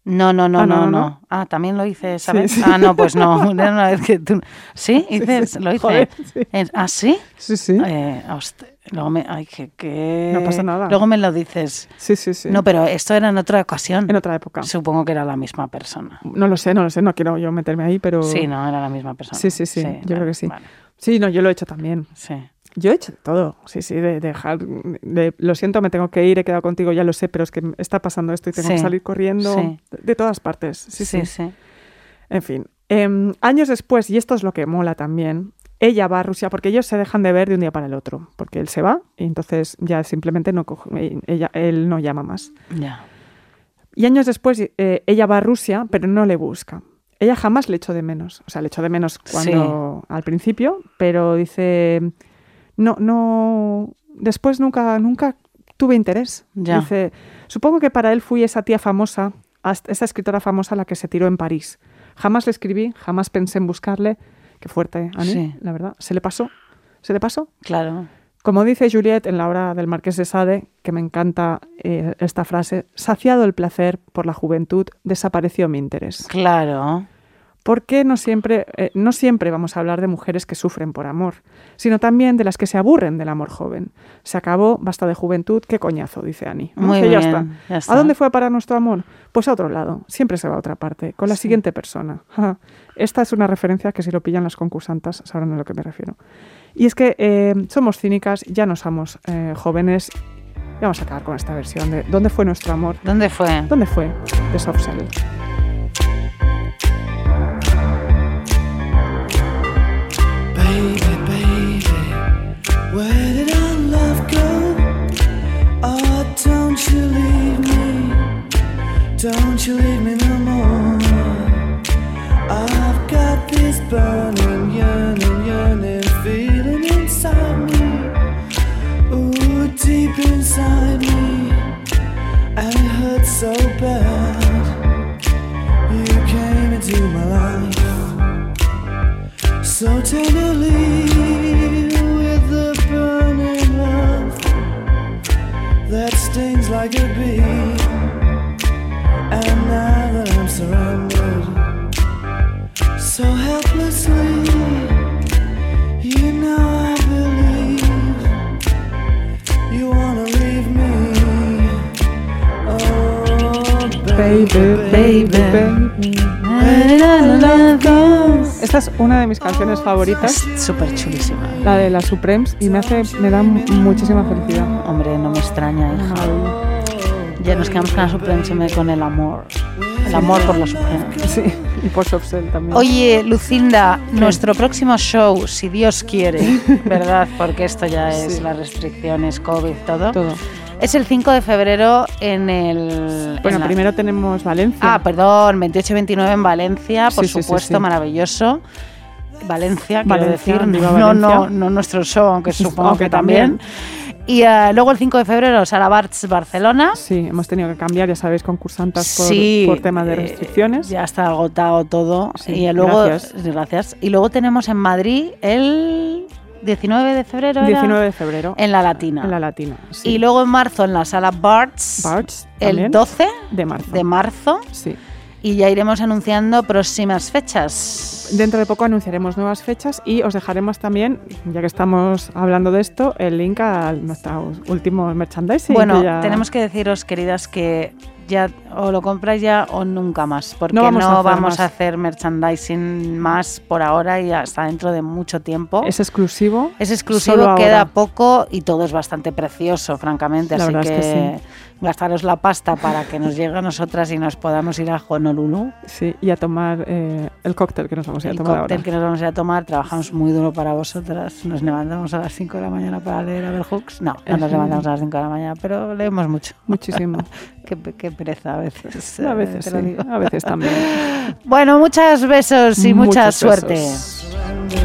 S3: No, no, no, no,
S4: Ah, no,
S3: no,
S4: no,
S3: Ah, también lo hice, ¿sabes?
S4: sí.
S3: Ah, no, pues
S4: [laughs]
S3: no. [laughs] Era una vez que tú... ¿Sí? ¿Dices?
S4: sí.
S3: ¿Lo hice?
S4: Joder, sí.
S3: En- ¿Ah, sí?
S4: Sí, sí.
S3: Eh, hosti- Luego me... Ay, que, que-
S4: No pasa nada.
S3: Luego me lo dices.
S4: Sí, sí, sí.
S3: No, pero esto era en otra ocasión.
S4: en otra época.
S3: Supongo que era la misma persona.
S4: No lo sé, no lo sé, no quiero yo meterme ahí, pero...
S3: Sí, no, era la misma persona.
S4: Oh. Sí, sí, sí, yo creo
S3: vale,
S4: que sí.
S3: vale,
S4: Sí, no, yo lo he hecho también.
S3: sí.
S4: Yo he hecho de todo, sí, sí, de, dejar, de- lo siento, me tengo que ir, he quedado contigo, ya lo sé, pero es que está pasando esto y tengo que
S3: Sí,
S4: salir corriendo
S3: sí.
S4: de, de todas partes. Sí, sí.
S3: sí. sí.
S4: En fin, Em, años después, y esto es lo que mola también, ella va a Rusia porque ellos se dejan de ver de un día para el otro, porque él se va y entonces ya simplemente no coge- eh, ella, él no llama más.
S3: Ya.
S4: Y años después eh, ella va a Rusia, pero no le busca. Ella jamás le echó de menos. O sea, le echó de menos cuando al principio, pero dice no, no. Después nunca, nunca tuve interés.
S3: Ya.
S4: Dice, supongo que para él fui esa tía famosa, hasta- esa escritora famosa a la que se tiró en París. Jamás le escribí, jamás pensé en buscarle. Qué fuerte, Ani,
S3: Sí.
S4: la verdad. Se le pasó, se le pasó.
S3: Claro.
S4: Como dice Juliet en la obra del Marqués de Sade, que me encanta eh, esta frase, saciado el placer por la juventud, desapareció mi interés.
S3: Claro.
S4: Porque no siempre, eh, no siempre vamos a hablar de mujeres que sufren por amor, sino también de las que se aburren del amor joven. Se acabó, basta de juventud, qué coñazo, dice Annie. ¿no?
S3: Muy
S4: Que ya,
S3: bien,
S4: está.
S3: ya está.
S4: ¿A dónde fue a parar nuestro amor? Pues a otro lado, siempre se va a otra parte, con la
S3: Sí.
S4: siguiente persona. [laughs] Ja. Esta es una referencia que si lo pillan las concursantas sabrán a lo que me refiero. Y es que eh, somos cínicas, ya no somos eh, jóvenes. Y vamos a acabar con esta versión de ¿Dónde fue nuestro amor?
S3: ¿Dónde fue?
S4: ¿Dónde fue? De Soft Cell.
S8: Baby, baby, where did our love go? Oh, don't you leave me. Don't you leave me no more. I've got this burning, yearning, yearning feeling inside me. Ooh, deep inside me. And it hurts so bad. You came into my life. So tenderly with the burning love that stings like a bee. And now that I'm surrounded so helplessly, you know I believe you wanna leave me. Oh,
S4: baby, baby. Esta es una de mis canciones favoritas,
S3: Es súper chulísima.
S4: la de las Supremes, y me hace, me da muchísima felicidad.
S3: Hombre, no me extraña, hija. Ya nos quedamos con la Supreme con el amor. El amor por la Supreme.
S4: Sí, y por Soft Cell también.
S3: Oye, Lucinda, nuestro próximo show, si Dios quiere, [laughs] ¿verdad? Porque esto ya es las restricciones, COVID, todo.
S4: todo.
S3: Es el 5 de febrero en el.
S4: Bueno,
S3: en la-
S4: primero tenemos Valencia.
S3: Ah, perdón, 28-29 en Valencia, por
S4: Sí, sí, sí,
S3: supuesto,
S4: sí.
S3: maravilloso. Valencia, quiero
S4: Valencia,
S3: decir,
S4: viva
S3: no, no,
S4: Valencia.
S3: no nuestro show,
S4: [laughs]
S3: aunque supongo
S4: Aunque
S3: que también. Y eh, luego el 5 de febrero, Sala Barts, Barcelona.
S4: Sí, hemos tenido que cambiar, ya sabéis, concursantas por, por tema de
S3: eh,
S4: restricciones.
S3: ya está agotado todo.
S4: Sí,
S3: y eh, luego,
S4: gracias.
S3: gracias. Y luego tenemos en Madrid el 19 de febrero. ¿era?
S4: 19 de febrero.
S3: En la Latina.
S4: En la Latina, sí.
S3: Y luego en marzo en la Sala Barts.
S4: Barts,
S3: el
S4: también,
S3: 12
S4: de marzo.
S3: de marzo.
S4: Sí.
S3: Y ya iremos anunciando próximas fechas.
S4: Dentro de poco anunciaremos nuevas fechas y os dejaremos también, ya que estamos hablando de esto, el link a nuestro último merchandising.
S3: bueno,
S4: que ya-
S3: tenemos que deciros, queridas, que ya o lo compras ya o nunca más, porque no
S4: No
S3: vamos,
S4: vamos a hacer más.
S3: a hacer merchandising más por ahora y hasta dentro de mucho tiempo.
S4: Es exclusivo.
S3: Es exclusivo,
S4: Solo ahora.
S3: queda poco y todo es bastante precioso, francamente.
S4: La
S3: así que,
S4: verdad es que
S3: gastaros la pasta para que nos llegue a nosotras y nos podamos ir a
S4: [laughs]
S3: Honolulu.
S4: Sí, y a tomar eh, el cóctel que nos vamos a ir a
S3: el
S4: tomar
S3: cóctel
S4: ahora.
S3: que nos vamos a ir a tomar, trabajamos muy duro para vosotras. Nos levantamos a las 5 de la mañana para leer a ver hooks. No, no nos levantamos a las 5 de la mañana, pero leemos mucho.
S4: Muchísimo.
S3: Qué, pe- qué pereza [laughs] a veces.
S4: a
S3: eh, [laughs]
S4: veces
S3: te lo
S4: sí,
S3: digo.
S4: a veces también.
S3: Bueno, muchos besos y mucha
S4: Muchos
S3: suerte.
S4: besos.
S8: Surrender Oh,